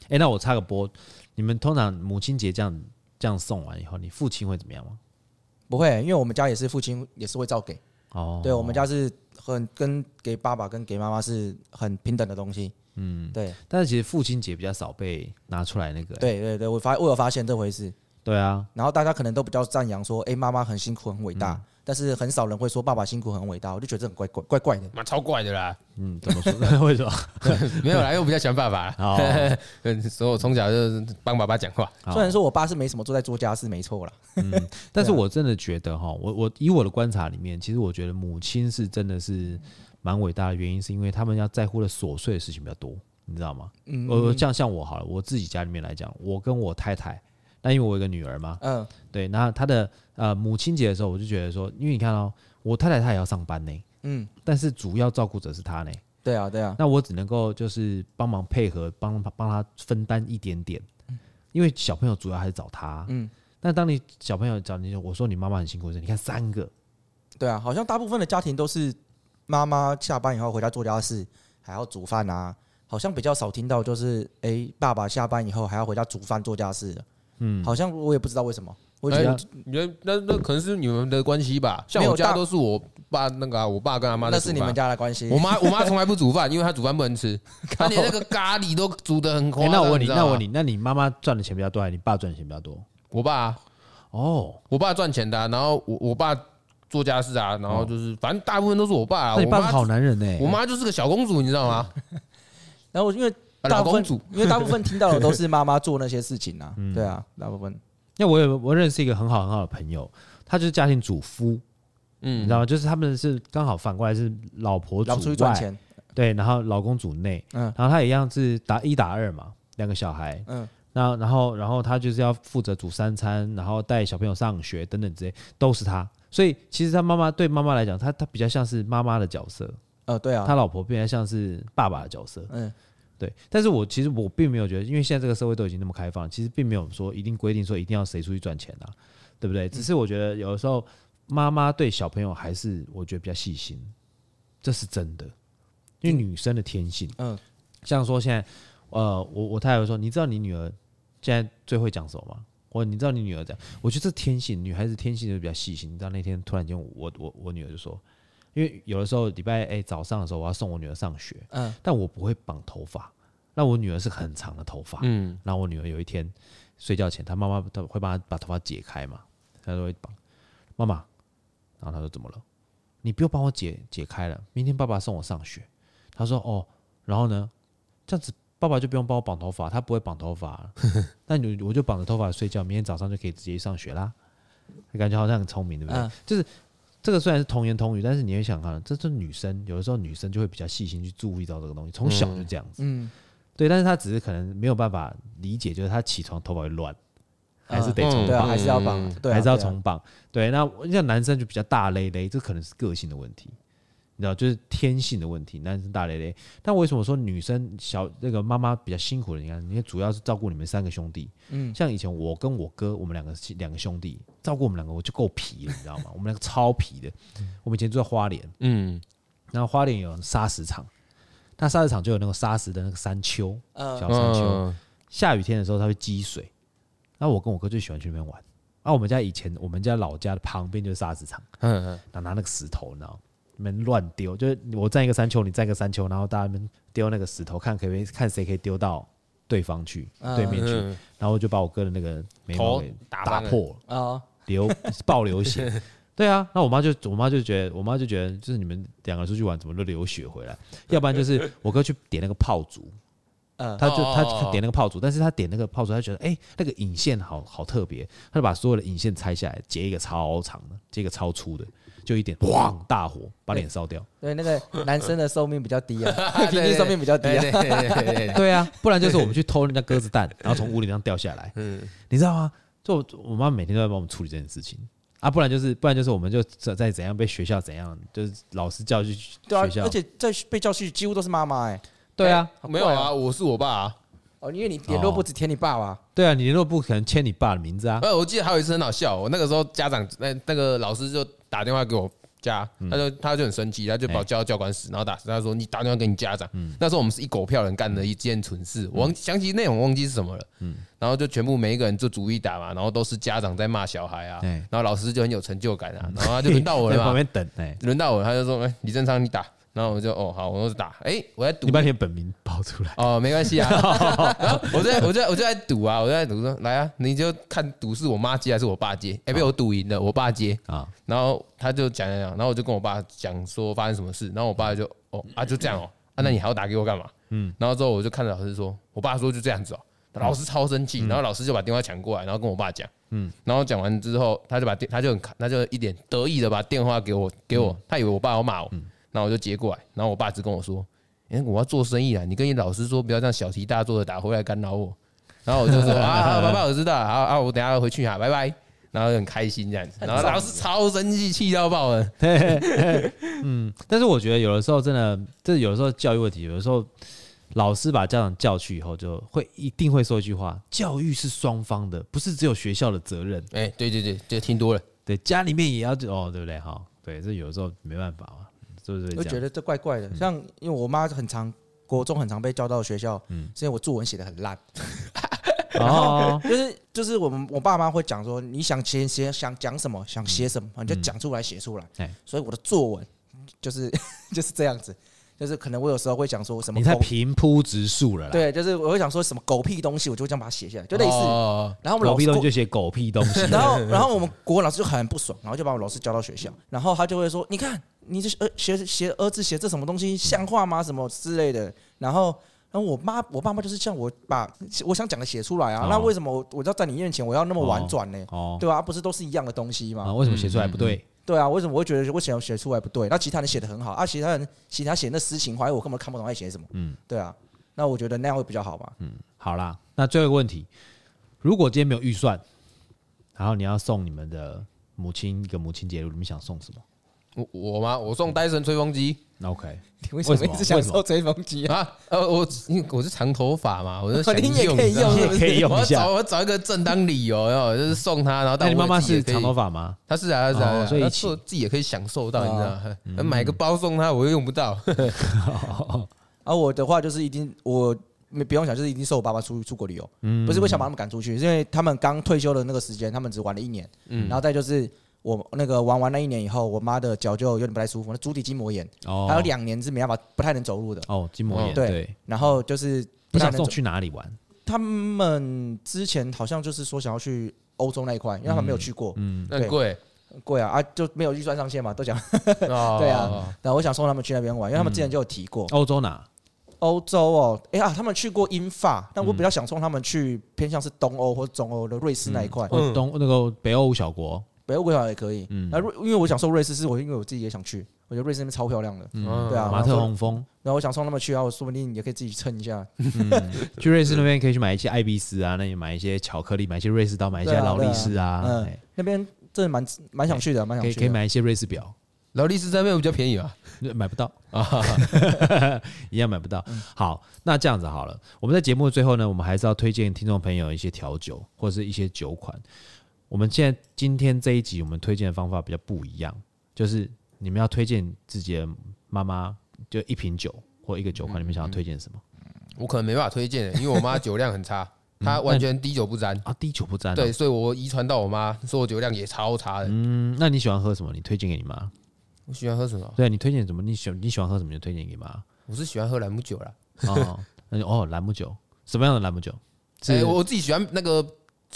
哎，那我插个播，你们通常母亲节这样这样送完以后，你父亲会怎么样吗？不会，因为我们家也是父亲也是会照给，哦，对我们家是很跟给爸爸跟给妈妈是很平等的东西。嗯，对但是其实父亲节比较少被拿出来那个、对对对，我发我有发现这回事，对啊，然后大家可能都比较赞扬说，哎，妈妈很辛苦，很伟大，但是很少人会说爸爸辛苦很伟大，我就觉得这很怪怪怪怪的。妈超怪的 啦，嗯，怎么说？ 为什么？ 没有啦，因为我比较喜欢爸爸哦啦，嗯，所以我从小就是帮爸爸讲话。好虽然说我爸是没什么做在做家事，没错啦，但是啊我真的觉得哈，我我以我的观察里面，其实我觉得母亲是真的是蛮伟大的原因，是因为他们要在乎的琐碎的事情比较多，你知道吗？嗯我我像像我好了，我自己家里面来讲，我跟我太太，那因为我有一个女儿嘛，嗯，对，那她的呃母亲节的时候，我就觉得说，因为你看哦，我太太她也要上班呢，嗯，但是主要照顾者是她呢，对啊，对啊，那我只能够就是帮忙配合，帮帮她分担一点点，因为小朋友主要还是找她，嗯，那当你小朋友找你，我说你妈妈很辛苦的时候，你看三个，对啊，好像大部分的家庭都是妈妈下班以后回家做家事，还要煮饭啊，好像比较少听到就是哎、诶爸爸下班以后还要回家煮饭做家事的，嗯，好像我也不知道为什么，我觉得哎你觉得那那可能是你们的关系吧？像没有我家大都是我爸那个啊，我爸跟阿妈在那是煮你们饭。家的关系 我。妈我妈从来不煮饭，因为她煮饭不 能吃，她连那个咖喱都煮的很夸哎，张。那我问你，知道那吗我问你，，那你妈妈赚的钱比较多，还是你爸赚的钱比较多？我爸啊哦，我爸赚钱的啊，然后我我爸做家事啊，然后就是反正大部分都是我爸啊。哦那我你爸是好妈男人呢、我妈就是个小公主，你知道 吗？然后因为啊大老部分公主，因为大部分听到的都是妈妈做那些事情 啊，对啊，大部分因为我有我认识一个很好很好的朋友，他就是家庭主夫，你嗯知，道吗？就是他们是刚好反过来是老婆老出去主赚外，钱，对，然后老公主内，嗯然后他一样是打一打二嘛，两个小孩，嗯，那然后然后他就是要负责煮三餐，然后带小朋友上学等等之类，都是他。所以其实他妈妈对妈妈来讲，他他比较像是妈妈的角色，呃，对啊，他老婆变得像是爸爸的角色，嗯，对。但是我其实我并没有觉得，因为现在这个社会都已经那么开放，其实并没有说一定规定说一定要谁出去赚钱啊，对嗯不对？只是我觉得有的时候妈妈对小朋友还是我觉得比较细心，这是真的，因为女生的天性，嗯，像说现在，呃，我我太太会说，你知道你女儿现在最会讲什么吗？我你知道你女儿讲，我觉得这天性，女孩子天性就比较细心。你知道那天突然间我，我我我女儿就说，因为有的时候礼拜哎、早上的时候我要送我女儿上学，嗯，但我不会绑头发，那我女儿是很长的头发，嗯，然后我女儿有一天睡觉前，她妈妈她会帮她把头发解开嘛，她都会绑。妈妈，然后她说怎么了？你不用帮我解解开了，明天爸爸送我上学。她说哦，然后呢，这样子爸爸就不用帮我绑头发，他不会绑头发 了，那你我就绑着头发睡觉，明天早上就可以直接上学啦。感觉好像很聪明，对不对？嗯就是这个虽然是童言童语，但是你会想看，这是女生，有的时候女生就会比较细心去注意到这个东西，从小就这样子。嗯，对，但是他只是可能没有办法理解，就是他起床头发会乱，还是得重嗯对啊，绑，还是要绑，对啊，还是要对啊重绑。对，那像男生就比较大咧咧，这可能是个性的问题，你知道，就是天性的问题，男生大咧咧。但为什么说女生小那个妈妈比较辛苦的？你看，因为主要是照顾你们三个兄弟。嗯，像以前我跟我哥，我们两个是两个兄弟照顾我们两个，我就够皮了，你知道吗？我们两个超皮的。我们以前住在花莲，嗯，然后花莲有砂石场，那砂石场就有那个砂石的那个山丘，嗯小山丘。嗯，下雨天的时候它会积水，那我跟我哥就喜欢去那边玩。啊，我们家以前我们家老家的旁边就是沙石场，嗯，然后拿那个石头，你知道吗，你们乱丢，就是我站一个山丘，你站一个山丘，然后大家们丢那个石头，看可不可以看谁可以丢到对方去，嗯对面去。嗯然后我就把我哥的那个眉毛头给打打翻了破了，啊，流 爆流血。对啊，那我妈就我妈就觉得，我妈就觉得就是你们两个出去玩怎么都流血回来，要不然就是我哥去点那个炮竹，嗯他就哦他哦哦，点那个炮竹，但是他点那个炮竹，他觉得哎、那个引线好好特别，他就把所有的引线拆下来，截一个超长的，截一个超粗的，就一点咣大火把脸烧掉。对，那个男生的寿命比较 低啊平均寿命比较低对啊，对对对对，对 啊，不然就是我们去偷人家鸽子蛋，然后从屋顶上掉下来，嗯，你知道吗？就我我妈每天都在帮我们处理这件事情啊，不然就是不然就是我们就在在怎样被学校怎样，就是老师叫去对啊学，校而，且在被叫去几乎都是妈妈哎， 对啊好没有怪啊，我是我爸啊。哦，因为你联络不只填你爸爸，对啊，你联络部可能签你爸的名字啊， 呃，我记得还有一次很好笑，我那个时候家长那那个老师就打电话给我家，嗯他就他就很生气，他就把哎我叫到教官室，然后打他说你打电话给你家长。嗯那时候我们是一狗票人干的一件蠢事，我忘想起内容忘记是什么了。嗯然后就全部每一个人就逐一打嘛，然后都是家长在骂小孩啊，哎嗯然后老师就很有成就感啊，然后他就轮到我了 在旁嘛，边等哎，轮到我，他就说哎李正昌你打。然后我就哦好，我就打，哎，我在赌你把你的本名报出来，哦，没关系啊，然后我在我在我就在赌啊，我就在赌说来啊，你就看赌是我妈接还是我爸接，哎，被我赌赢了，我爸接啊啊，然后他就讲讲讲，然后我就跟我爸讲说发生什么事，然后我爸就哦啊就这样哦，啊那你还要打给我干嘛？嗯，然后之后我就看着老师说，我爸说就这样子哦，老师超生气，然后老师就把电话抢过来，然后跟我爸讲。嗯，然后讲完之后，他就把电，他就很，他就一脸得意的把电话给我，给我，他以为我爸要骂我，然后我就接过来，然后我爸只跟我说，哎、我要做生意啦，你跟你老师说不要这样小题大做的打回来干扰我。然后我就说啊，爸爸我知道，啊啊，我等一下回去啊，拜拜。然后就很开心这样子，然后老师超生气，气到爆了。但是我觉得有的时候真的，这有的时候教育问题，有的时候老师把家长叫去以后，就会一定会说一句话：教育是双方的，不是只有学校的责任。哎、对对对，这听多了。对，家里面也要哦，对不对？哈，对，这有的时候没办法嘛，就是我这觉样。嗯得这怪怪的。像因为我妈很常国中很常被叫到学校，嗯是因为我作文写的很烂，哦， 就是就是我们我爸妈会讲说，你想写写想讲什么，想写什么，你就讲出来写出来嗯哎。所以我的作文就是 就是这样子，就是可能我有时候会讲说什么你太狗平铺直述了啦。对，就是我会讲说什么狗屁东西，我就会这样把它写下来，就类似。哦然后我狗们老屁师东西过就写狗屁东西。 然后，然后我们国文老师就很不爽，然后就把我们老师叫到学校，然后他就会说：“你看，你这呃写写儿子写这什么东西，像话吗？什么之类的。”然后，然后我妈我爸妈就是叫我把 我想讲的写出来哦啊，那为什么我我要在你面前我要那么婉转呢？哦，对啊，不是都是一样的东西啊，吗？为什么写出来不对？对啊，为什么我会觉得我想要写出来不对？那其他人写的很好啊，其他人其他写那诗情画意，我根本看不懂在写什么。嗯，对啊，那我觉得那样会比较好吧。好啦，那最后一个问题，如果今天没有预算，然后你要送你们的母亲一个母亲节礼物，你们想送什么？我哦我吗？我送戴森吹风机 那 OK，你为什么一直想为什么吹风机？啊？呃，我因为我是长头发嘛，我就想你也可以知道 吗你用也 可以我用一 要找下。我要找一个正当理由， 然后就是送他，然后那但你妈妈我自己是也可以长头，发吗？她是啊，她是哦啊，所以啊她一起做自己也可以享受到，你知 道嗯吗？买个包送她，我又用不到。 而啊我的话就是一定我没不用想，就是一定是我爸爸出出国旅游，嗯不是为想把他们赶出去，是因为他们刚退休的那个时间，他们只玩了一年，嗯然后再就是我那个玩完那一年以后，我妈的脚就有点不太舒服，那足底筋膜炎，哦，还有两年是没办法不太能走路的，哦，筋膜炎哦对对，然后就是不你太想能送走。去哪里玩？他们之前好像就是说想要去欧洲那一块，因为他们没有去过，嗯，那很贵很贵啊啊就没有预算上限嘛，都讲。 哦对啊，然后我想送他们去那边玩，因为他们之前就有提过，欧洲哪？欧洲哦，哎、呀、他们去过英法，嗯但我比较想送他们去偏向是东欧或中欧的瑞士那一块，哦东那个北欧小国，北欧国家也可以。嗯那瑞因为我想送瑞士，是我因为我自己也想去，我觉得瑞士那边超漂亮的，嗯对啊马特洪峰。然后我想送他们去，然后我说不定也可以自己蹭一下。去瑞士那边可以去买一些艾比斯啊，那也买一些巧克力，买一些瑞士刀，买一些对啊劳力士啊，对啊嗯哎那边真的蛮蛮想去的，啊蛮可想以去可的。以买一些瑞士表， 劳力士这边比较便宜吧？买不到， 啊，一样买不嗯到。好，那这样子好了，我们在节目的最后呢，我们还是要推荐听众朋友一些调酒或者是一些酒款。我们现在今天这一集我们推荐的方法比较不一样，就是你们要推荐自己的妈妈就一瓶酒或一个酒款，你们嗯想要推荐什么我可能没办法推荐，因为我妈酒量 很差，嗯她完全滴酒不沾。啊？滴酒不沾、对，，所以我遗传到我妈，说我酒量也超差的。嗯，那你喜欢喝什么？你推荐给你妈？我喜欢喝什么？对啊，你推荐什么？你喜你喜欢喝什么？你就推荐给妈。我是喜欢喝兰姆酒啦。哦，那就哦，兰姆酒，什么样的兰姆酒？是、哎、我自己喜欢那个，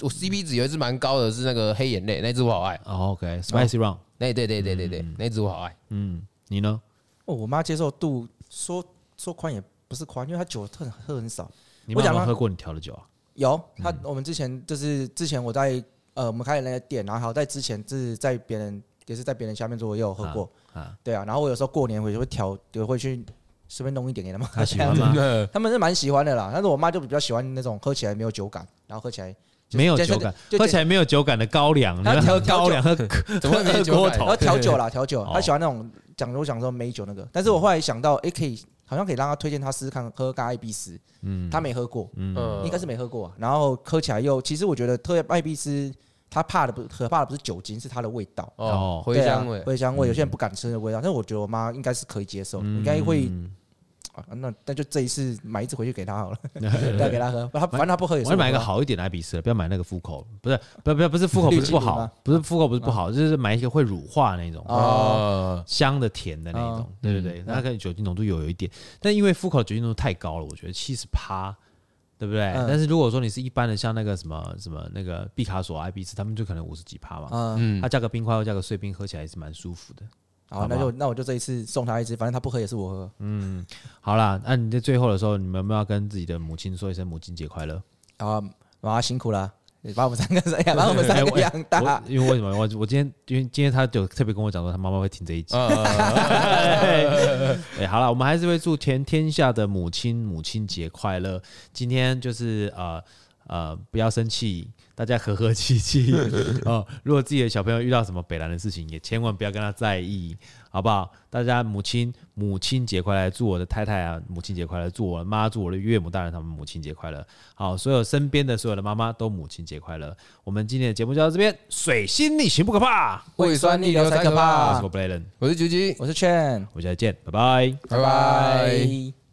我 CP 值有一支蛮高的，是那个黑眼泪那支我好爱。哦，OK，spicy、rum，那对对对对对，那支我好爱。嗯，你呢？哦，我妈接受度说说宽也不是宽，因为她酒特喝很少。你我妈有讲没有了喝过你调的酒啊？有她，我们之前就是之前我在呃我们开的那个店，然后还有在之前是在别人也是在别人下面做，我也有喝过。啊，对啊，然后我有时候过年我就会调，就会去随便弄一点给他们。她喜欢吗？ 他们是蛮喜欢的啦，但是我妈就比较喜欢那种喝起来没有酒感，然后喝起来就是没有就是酒感，就喝起来没有酒感的高粱，她你调喝调高酒粱喝 怎么会没喝酒锅感？头然后调 酒啦，调酒哦，她喜欢那种讲我讲说美酒那个，但是我后来想到，诶，可以好像可以让她推荐她试试看喝咖艾比斯，嗯，她没喝过，嗯应该是没喝过啊，然后喝起来又，其实我觉得特艾比斯她怕的不很怕的不是酒精，是它的味道。哦哦，茴对啊香味嗯啊、。茴香味，有些人不敢吃的味道，但我觉得我妈应该是可以接受，应该会啊，那那就这一次买一支回去给他好了，再给他喝，他反正他不喝也是我我要喝啊买一个，好一点的艾比斯，不要买那个敷口，不是，不不不是敷口不是不绿好金不是敷口不是不好，就是买一个会乳化那种哦哦，香的甜的那一种哦，对对对，那可能酒精浓度有有一点，但因为敷口的酒精浓度太高了，我觉得七十趴，对不对？嗯但是如果说你是一般的，像那个什么什么那个毕卡索、艾比斯，他们就可能五十几趴嘛，嗯，嗯它，加个冰块或加个碎冰，喝起来也是蛮舒服的。好，那就那我就这一次送他一支，反正他不喝也是我喝。好啦，那你在最后的时候，你们有没有要跟自己的母亲说一声母亲节快乐？啊，妈辛苦了，把我们三个这样，把我们三个养大 哎我。因为为什么我我今天因为今天他有特别跟我讲说他妈妈会听这一集， 哎，好了，我们还是会祝全天下的母亲母亲节快乐。今天就是呃呃，不要生气，大家和和气 气哦。如果自己的小朋友遇到什么北兰的事情，也千万不要跟他在意，好不好？大家母亲母亲节快乐，祝我的太太啊母亲节快乐，祝我的妈，祝我的岳母大人他们母亲节快乐。好，所有身边的所有的妈妈都母亲节快乐。我们今天的节目就到这边，水星逆行不可怕。胃酸逆流才可我怕是。Bladen，我是菊菊，我是 Chen，我们下次见，拜拜。拜拜。拜